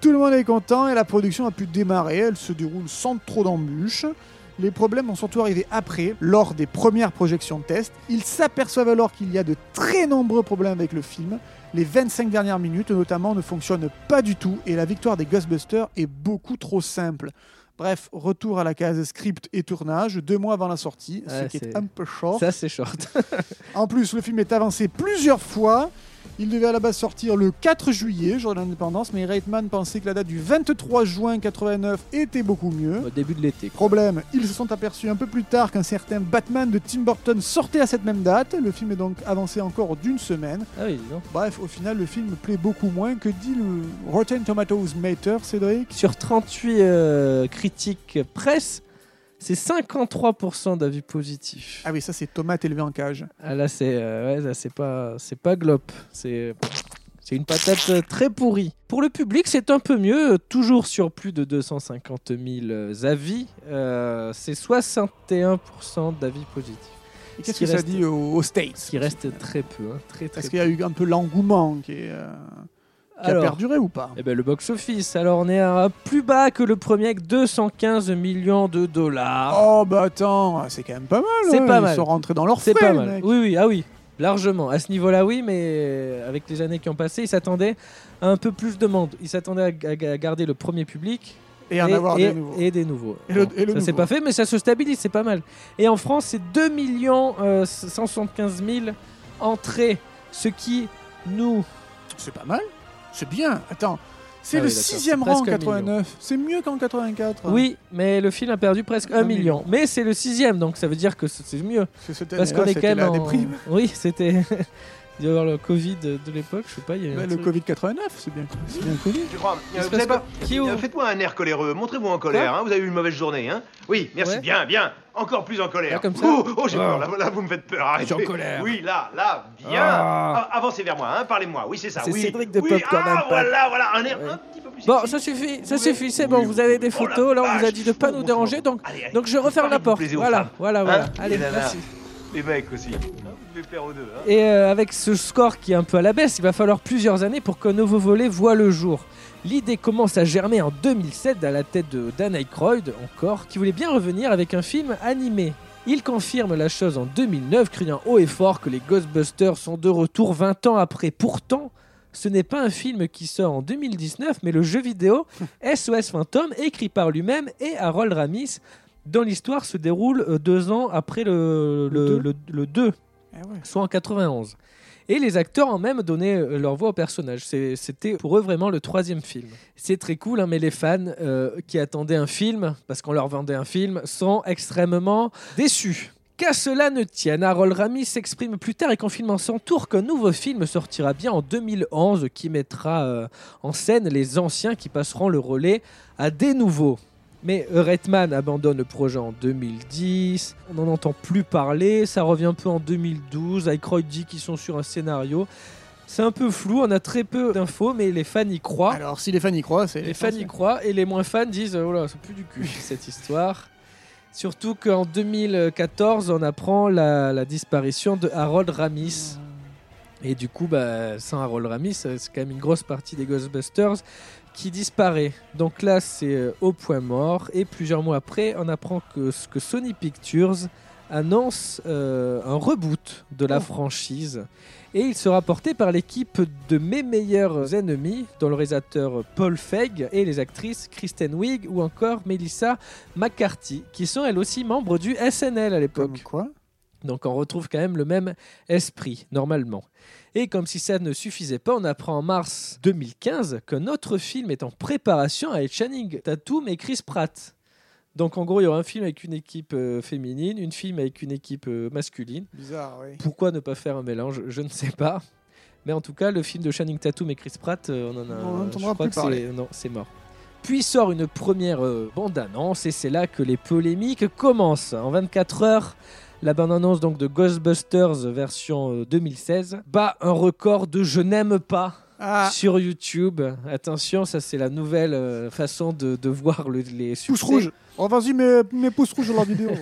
Tout le monde est content et la production a pu démarrer. Elle se déroule sans trop d'embûches. Les problèmes ont surtout arrivé après, lors des premières projections de test. Ils s'aperçoivent alors qu'il y a de très nombreux problèmes avec le film. Les 25 dernières minutes, notamment, ne fonctionnent pas du tout et la victoire des Ghostbusters est beaucoup trop simple. Bref, retour à la case script et tournage deux mois avant la sortie, ce Ouais, qui est c'est- un peu short. Ça, c'est short. En plus, le film est avancé plusieurs fois. Il devait à la base sortir le 4 juillet, jour de l'indépendance, mais Reitman pensait que la date du 23 juin 89 était beaucoup mieux. Au début de l'été. quoi. Problème, ils se sont aperçus un peu plus tard qu'un certain Batman de Tim Burton sortait à cette même date. Le film est donc avancé encore d'une semaine. Ah oui, dis donc. Bref, au final, le film plaît beaucoup moins. Que dit le Rotten Tomatoes Meter, Cédric Sur 38 euh, critiques presse, c'est 53% d'avis positifs. Ah oui, ça c'est tomate élevée en cage. Ah là, c'est euh, ouais, là, c'est pas, c'est pas glop. C'est c'est une patate euh, très pourrie. Pour le public, c'est un peu mieux. euh, Toujours sur plus de 250 000 euh, avis, euh, c'est 61% d'avis positifs. Et qu'est-ce que ça dit aux, aux States Ce qui reste très peu, hein, très très. Est-ce peu. qu'il y a eu un peu l'engouement qui, est, euh, qui a Alors, perduré ou pas Eh ben, le box-office, alors on est à plus bas que le premier avec 215 millions de dollars. Oh bah attends, c'est quand même pas mal. Ah. C'est hein, pas ils mal. sont rentrés dans leur C'est frais, pas les mal. mecs. Oui, oui, ah oui, largement. À ce niveau-là, oui, mais euh, avec les années qui ont passé, ils s'attendaient à un peu plus de monde. Ils s'attendaient à, à- à garder le premier public. Et en avoir et- des nouveaux. et des nouveaux. Et le- Bon, et le ça, c'est nouveau. pas fait, mais ça se stabilise, c'est pas mal. Et en France, c'est 2 millions euh, 175 000 entrées, ce qui nous. C'est pas mal. C'est bien. Attends, c'est Ah le oui, d'accord, sixième c'est rang en presque un million. 89. C'est mieux qu'en 84. hein. Oui, mais le film a perdu presque 1 Un million. million. Mais c'est le sixième, donc ça veut dire que c'est c'est mieux. Parce que cette Parce qu'on année-là, est Ah, c'était quand même. la en- déprime. Oui, c'était. Il doit y avoir le Covid de l'époque, je sais pas. Il y a eu un Bah, le truc. Covid 89, c'est bien, c'est bien connu. Jérôme, Il se euh, vous passe avez pas... Qui est où Euh, Faites-moi un air coléreux, montrez-vous en colère, hein, vous avez eu une mauvaise journée, hein Oui, merci, Ouais. bien, bien, encore plus en colère. Là, comme ça oh, oh, j'ai Ah. peur, là, là, vous me faites peur, arrêtez. Je suis en colère. Oui, là, là, bien. Ah. Ah, Avancez vers moi, hein, parlez-moi, oui, c'est ça, C'est oui. Cédric de oui. Popcorn Ah, Impact. voilà, voilà, un air Ouais. un petit peu plus Bon, sexy. ça suffit, ça Oui, suffit, c'est oui, bon. oui, Vous avez des oui. Oh la photos, là on vous a vache, dit de pas nous montre-moi. déranger, donc Allez, allez, donc je referme parlez, la vous porte. plaisez aux Voilà, femmes. voilà, Hein voilà. Et Allez, là, là. merci. Les mecs aussi. Ah, Vous devez faire aux deux, hein. Et euh, avec ce score qui est un peu à la baisse, il va falloir plusieurs années pour qu'un nouveau volet voit le jour. L'idée commence à germer en 2007 à la tête de Dan Aykroyd, encore, qui voulait bien revenir avec un film animé. Il confirme la chose en 2009, criant haut et fort que les Ghostbusters sont de retour 20 ans après. Pourtant, ce n'est pas un film qui sort en 2019, mais le jeu vidéo SOS Phantom, écrit par lui-même et Harold Ramis, dont l'histoire se déroule euh, deux ans après le- Le deux le- le- le 2 Ah ouais. soit en 91. Et les acteurs ont même donné euh, leur voix au personnage. C'est- C'était pour eux vraiment le troisième film. C'est très cool, hein, mais les fans euh, qui attendaient un film, parce qu'on leur vendait un film, sont extrêmement déçus. Qu'à cela ne tienne, Harold Ramis s'exprime plus tard et confirme en son tour qu'un nouveau film sortira bien en 2011 qui mettra euh, en scène les anciens qui passeront le relais à des nouveaux. Mais euh, Redman abandonne le projet en 2010, on n'en entend plus parler, ça revient un peu en 2012, Aykroyd dit qu'ils sont sur un scénario. C'est un peu flou, on a très peu d'infos, mais les fans y croient. Ah. Alors, si les fans y croient, c'est les fans y croient et les moins fans disent Oh là, c'est plus du cul cette histoire. Surtout qu'en 2014, on apprend la, la disparition de Harold Ramis. Et du coup, bah, sans Harold Ramis, euh, c'est quand même une grosse partie des Ghostbusters qui disparaît. Donc là, c'est euh, au point mort. Et plusieurs mois après, on apprend que, ce- que Sony Pictures annonce euh, un reboot de la Oh. franchise. Et il sera porté par l'équipe de Mes meilleurs ennemis, dont le réalisateur Paul Feig et les actrices Kristen Wiig ou encore Melissa McCarthy, qui sont elles aussi membres du SNL à Comme l'époque. quoi Donc on retrouve quand même le même esprit, normalement. Et comme si ça ne suffisait pas, on apprend en mars 2015 qu'un autre film est en préparation avec Channing Tatum et Chris Pratt. Donc en gros, il y aura un film avec une équipe euh, féminine, une film avec une équipe euh, masculine. Bizarre, oui. Pourquoi ne pas faire un mélange Je ne sais pas. Mais en tout cas, le film de Channing Tatum et Chris Pratt, euh, on en a. On n'entendra je crois plus que c'est- parler. Non, c'est mort. Puis sort une première euh, bande-annonce et c'est là que les polémiques commencent. En 24 heures, la bande-annonce donc de Ghostbusters euh, version euh, 2016 bat un record de je n'aime pas Ah, sur YouTube. Attention, ça c'est la nouvelle euh, façon de, de voir le- les pouce succès. rouge. Oh, vas-y, mets, mets pouce rouge dans la vidéo.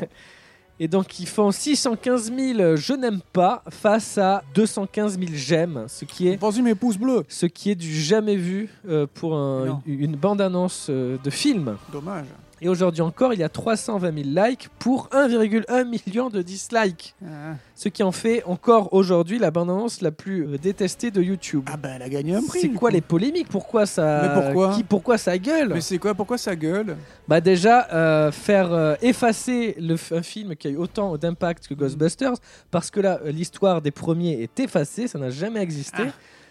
Et donc ils font 615 000 euh, je n'aime pas face à 215 000 j'aime, ce qui est vas-y, mets pouce bleu. ce qui est du jamais vu euh, pour un- Non. une, une bande-annonce euh, de film. Dommage. Et aujourd'hui encore, il y a 320 000 likes pour 1,1 million de dislikes, Ah, ce qui en fait encore aujourd'hui la bande-annonce la plus euh, détestée de YouTube. Ah ben, elle a gagné un prix. c'est du quoi coup. les polémiques Pourquoi ça Mais pourquoi qui- pourquoi ça gueule Mais c'est quoi Pourquoi ça gueule Bah déjà, euh, faire euh, effacer le f- un film qui a eu autant d'impact que Ghostbusters, parce que là, euh, l'histoire des premiers est effacée, ça n'a jamais existé.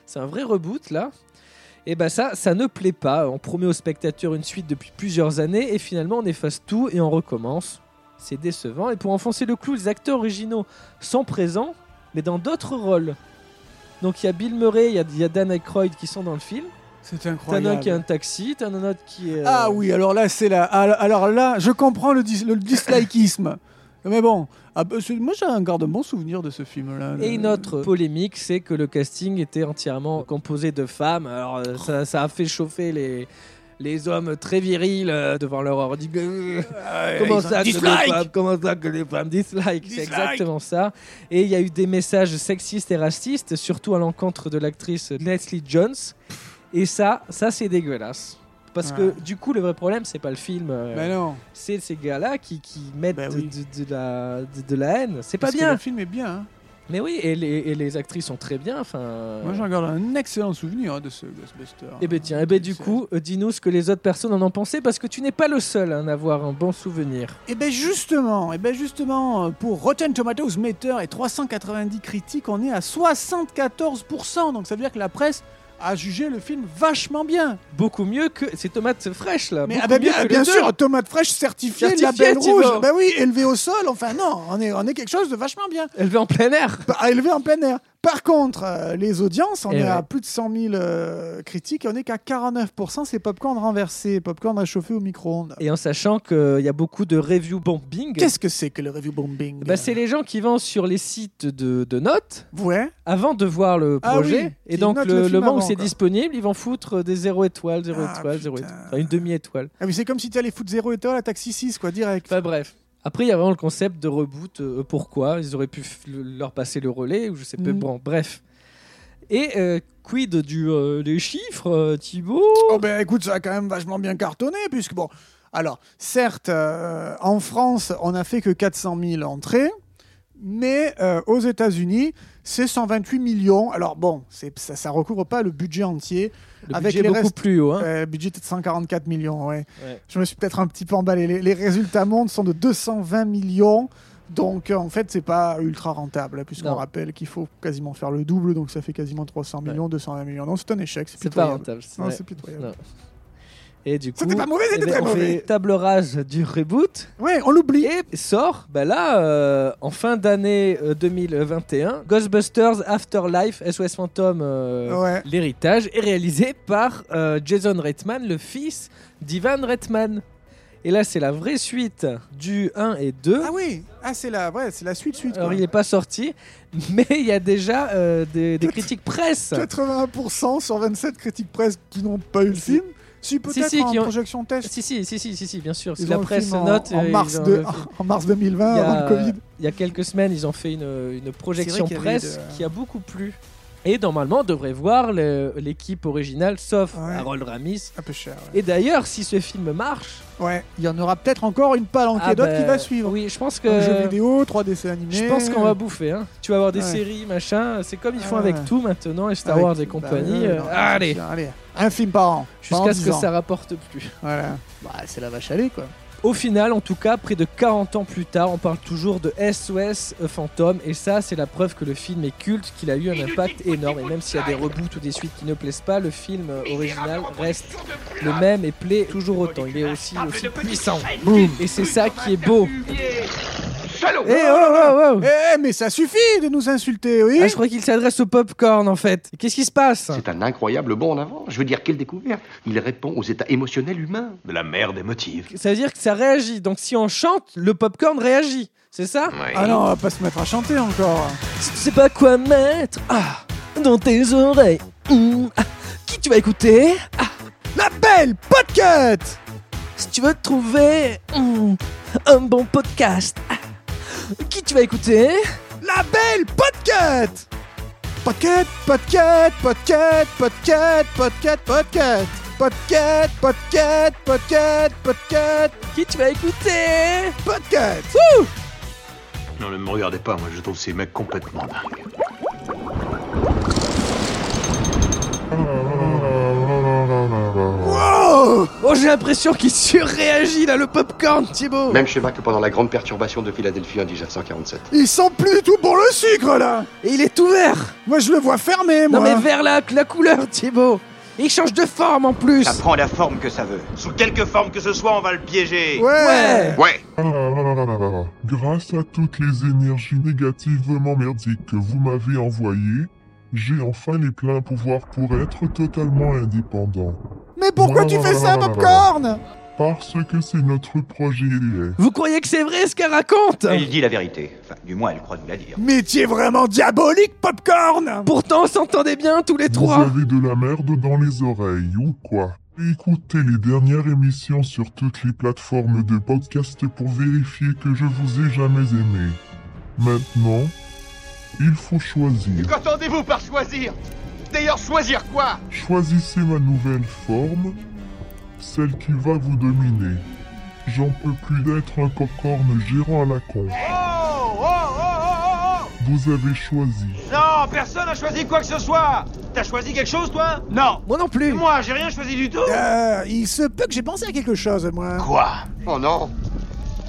C'est un vrai reboot là. Et bah ça, ça ne plaît pas. On promet aux spectateurs une suite depuis plusieurs années et finalement on efface tout et on recommence. C'est décevant. Et pour enfoncer le clou, les acteurs originaux sont présents, mais dans d'autres rôles. Donc il y a Bill Murray, il y a- il y, a Dan Aykroyd qui sont dans le film. C'est T'en as un incroyable. qui est un taxi, t'en as un autre qui est. euh, Ah oui, alors là, c'est là. Alors là, je comprends le, dis- le dislikeisme. Mais bon, ah, bah, c'est- moi j'ai un garde bon souvenir de ce film-là. Et une autre polémique, c'est que le casting était entièrement composé de femmes. Alors euh, ça, ça a fait chauffer les, les hommes très virils euh, devant leur ordi. Comment Euh, ils ça, ont- que les Dislike femmes- comment ça que les femmes dislike C'est Dislike exactement ça. Et il y a eu des messages sexistes et racistes, surtout à l'encontre de l'actrice Leslie Jones. Et ça, ça c'est dégueulasse. Parce Ouais. que du coup, le vrai problème, c'est pas le film. euh, Bah non. C'est ces gars-là qui, qui mettent de- oui. de, de la, de, de la haine. C'est pas Parce que bien. le film est bien. hein. Mais oui, et les, et les actrices sont très bien. Enfin. Moi j'en garde un excellent souvenir hein, de ce Ghostbuster. Et ben tiens, et ben du coup, euh, dis-nous ce que les autres personnes en ont pensé parce que tu n'es pas le seul à en avoir un bon souvenir. Et ben justement, et ben justement, euh, pour Rotten Tomatoes Meter et 390 critiques, on est à 74%. Donc ça veut dire que la presse a jugé le film vachement bien. Beaucoup mieux que ces tomates fraîches là. Mais beaucoup ah ben, bien, mieux que bien les sûr, deux. tomate fraîche certifiée, Certifiée, label Thibaut. rouge. Ben oui, élevé au sol. Enfin non, on est, on est quelque chose de vachement bien. Élevé en plein air. Bah, élevé en plein air. Par contre, euh, les audiences, on Eh est ouais. à plus de 100 000 euh, critiques et on est qu'à 49%. C'est popcorn renversé, popcorn réchauffé au micro-ondes. Et en sachant qu'il y a beaucoup de review bombing. Qu'est-ce que c'est que le review bombing Bah, c'est les gens qui vont sur les sites de, de notes Ouais. avant de voir le Ah projet. oui, et qui donc, notent le le, film moment où avant, c'est quoi. disponible, ils vont foutre des 0 étoiles, 0 étoiles, 0 étoiles. Enfin, une demi-étoile. Ah, mais c'est comme si tu allais foutre 0 étoile à Taxi 6, quoi, direct. Enfin Bah, bref. Après, il y a vraiment le concept de reboot. euh, pourquoi Ils auraient pu f- le- leur passer le relais ou je sais pas. Mhm. Bon, bref. Et euh, quid du, euh, des chiffres, euh, Thibaut Oh ben écoute, ça a quand même vachement bien cartonné, puisque bon... Alors, certes, euh, en France, on n'a fait que 400 000 entrées, mais euh, aux États-Unis, c'est 128 millions. Alors bon, c'est- ça, ça recouvre pas le budget entier. Le budget est beaucoup plus haut, hein. Euh, budget de 144 millions, ouais. Ouais. Je me suis peut-être un petit peu emballé. Les, les résultats mondes sont de 220 millions. Donc euh, en fait, c'est pas ultra rentable, puisqu'on Non. rappelle qu'il faut quasiment faire le double, donc ça fait quasiment 300 millions, 220 millions. Non, c'est un échec, c'est C'est pas pitoyable. rentable. Non, vrai. c'est pitoyable. Non. Et du coup, C'était pas mauvais, eh c'était ben, très on mauvais. Eh, fait table rase du reboot. Ouais, on l'oublie. Et sort, bah là, euh, en fin d'année euh, 2021, Ghostbusters Afterlife, SOS Phantom, euh, Ouais. l'héritage, est réalisé par euh, Jason Reitman, le fils d'Ivan Reitman. Et là, c'est la vraie suite du 1 et 2. Ah oui, ah, c'est la, ouais, c'est la suite suite. Alors, quoi. il n'est pas sorti, mais il y a déjà euh, des, des critiques presse. 81% sur 27 critiques presse qui n'ont pas eu le film. Si peut-être si, en qui ont- projection test. Si, si, si, si, si, si, bien sûr. Ils Si ont la le presse film en- note. en euh, mars ils ont de- le film. en mars 2020, Il y a- avant le Covid. Il y a quelques semaines, ils ont fait une, une projection qu'il y avait presse de- qui a beaucoup plu. Et normalement, on devrait voir le- l'équipe originale, sauf Harold Ramis. Un peu cher. Et d'ailleurs, si ce film marche, Ouais, ben, il y en aura peut-être encore une palanquée Ah d'autres bah, qui va suivre. Oui, je pense que. Un jeu vidéo, 3 dessins animés. je pense qu'on va bouffer. hein. Tu vas avoir des Ouais. séries, machin. C'est comme ils font Ah avec ouais. tout maintenant, et Star Avec- Wars et bah, compagnie. euh, euh, non, c'est allez, sûr, Un film par an. pendant jusqu'à ce 10 que ans. ça rapporte plus. Voilà. Bah, c'est la vache à lait, quoi. Au final, en tout cas, près de 40 ans plus tard, on parle toujours de SOS euh, Fantôme, et ça, c'est la preuve que le film est culte, qu'il a eu un impact énorme, et même s'il y a des reboots ou des suites qui ne plaisent pas, le film euh, original reste le même et plaît toujours autant. Il est aussi, aussi puissant. Boum. Et c'est ça qui est beau. Eh, oh, oh, oh. Eh, mais ça suffit de nous insulter, oui Ah, je crois qu'il s'adresse au popcorn en fait. Qu'est-ce qui se passe C'est un incroyable bond en avant. Je veux dire, quelle découverte Il répond aux états émotionnels humains. De la merde émotive. Ça veut dire que ça réagit. Donc si on chante, le popcorn réagit. C'est ça Ah non, on va pas se mettre à chanter encore. Si tu sais pas quoi mettre ah, dans tes oreilles, hum, ah, qui tu vas écouter Ah, La belle podcast Si tu veux trouver hum, un bon podcast, ah, qui tu vas écouter La belle podcast Podcast, podcast, podcast, podcast, podcast, podcast Podcast, podcast, podcast, podcast, Qui tu vas écouter podcast Non, ne me regardez pas, moi je trouve ces mecs complètement dingues. Wow Oh, j'ai l'impression qu'il surréagit là, le popcorn, Thibaut Même schéma que pendant la grande perturbation de Philadelphie en 1947. Ils sont plus du tout bon le sucre là Et il est ouvert Moi je le vois fermé, moi Non mais vers la, la couleur, Thibaut Il change de forme en plus Ça prend la forme que ça veut. Sous quelque forme que ce soit, on va le piéger. Ouais Ouais Ah là là là là là là là. Grâce à toutes les énergies négatives vraiment merdiques que vous m'avez envoyées, j'ai enfin les pleins pouvoirs pour être totalement indépendant. Mais pourquoi Ouais, tu ouais, fais ouais, ça, ouais, ouais, Popcorn Parce que c'est notre projet laid. Vous croyez que c'est vrai ce qu'elle raconte Elle dit la vérité. Enfin, du moins, elle croit nous la dire. Mais tu es vraiment diabolique, Popcorn Pourtant, on s'entendait bien tous les Vous trois avez de la merde dans les oreilles, ou quoi Écoutez les dernières émissions sur toutes les plateformes de podcast pour vérifier que je vous ai jamais aimé. Maintenant, il faut choisir. Qu'entendez-vous par choisir D'ailleurs, choisir quoi Choisissez ma nouvelle forme, celle qui va vous dominer. J'en peux plus d'être un popcorn gérant à la con. Oh, oh, oh, oh, Vous avez choisi. oh Non, personne a choisi quoi que ce soit T'as choisi quelque chose, toi Non Moi non plus Moi, j'ai rien choisi du tout Euh, il se peut que j'ai pensé à quelque chose, moi. Quoi Oh non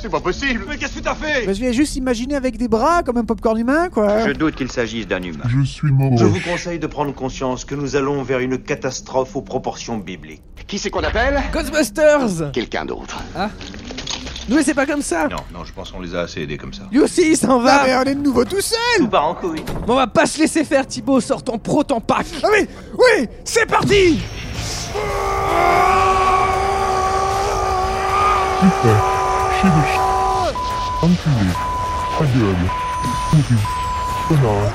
C'est pas possible Mais qu'est-ce que t'as fait Bah, je l'ai juste imaginé avec des bras, comme un popcorn humain, quoi. Je doute qu'il s'agisse d'un humain. Je suis mort. Je vous conseille de prendre conscience que nous allons vers une catastrophe aux proportions bibliques. Qui c'est qu'on appelle Ghostbusters Hein? Quelqu'un d'autre. Nous laissez pas comme ça Non, non, je pense qu'on les a assez aidés comme ça. Lui aussi, il s'en Ah, va mais on est de nouveau tout seul Tout part en couille. Mais On va pas se laisser faire, Thibaut Sors ton pro, ton pack Ah oui Oui C'est parti Putain. Chez le ch... Enculé. Ta gueule. Pourri. Connard.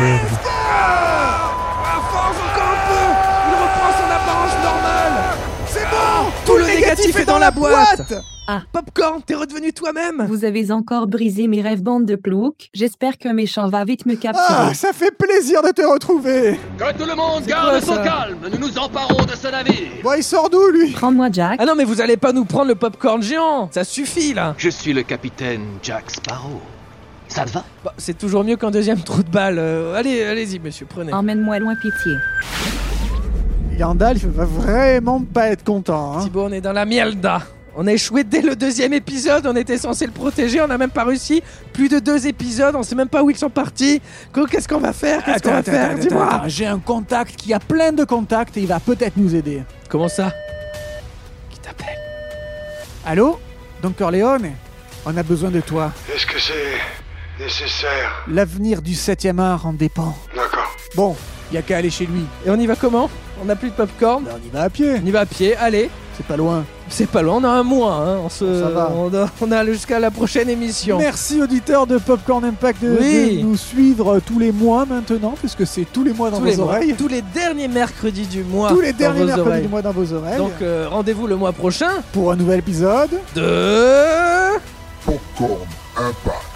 Merde. À force, encore un peu Il reprend son apparence normale C'est bon Tout le négatif est dans la boîte. Ah. Popcorn, t'es redevenu toi-même Vous avez encore brisé mes rêves bande de ploucs. J'espère qu'un méchant va vite me Ah, capturer. ça fait plaisir de te retrouver Que tout le monde C'est quoi, garde son ça calme, nous nous emparons de ce navire. Bon, il sort d'où, lui Prends-moi Jack. Ah non, mais vous allez pas nous prendre le popcorn géant Ça suffit, là Je suis le capitaine Jack Sparrow. Ça te va Bah, C'est toujours mieux qu'un deuxième trou de balle. Euh, allez, allez-y, monsieur, prenez. Emmène-moi loin pitié. Gandalf va vraiment pas être content, hein. Thibaut, on est dans la mielda on a échoué dès le deuxième épisode, on était censé le protéger, on n'a même pas réussi. Plus de deux épisodes, on sait même pas où ils sont partis. Qu- Qu'est-ce qu'on va faire Qu'est-ce qu'on va Attends, faire attends, Dis-moi attends, J'ai un contact qui a plein de contacts et il va peut-être nous aider. Comment ça Qui t'appelle Allô Don Corleone On a besoin de toi. Est-ce que c'est nécessaire L'avenir du 7ème art en dépend. D'accord. Bon, y a qu'à aller chez lui. Et on y va comment On n'a plus de popcorn Ben, on y va à pied, On y va à pied, allez c'est pas loin. C'est pas loin, on a un mois, hein. on se, Ça va. on a, on a jusqu'à la prochaine émission. Merci auditeurs de Popcorn Impact de, Oui. de nous suivre tous les mois maintenant, puisque c'est tous les mois dans tous vos les, mois- oreilles. tous les derniers mercredis du mois. Tous les dans derniers vos mercredis oreilles. du mois dans vos oreilles. Donc euh, rendez-vous le mois prochain pour un nouvel épisode. de Popcorn. Impact.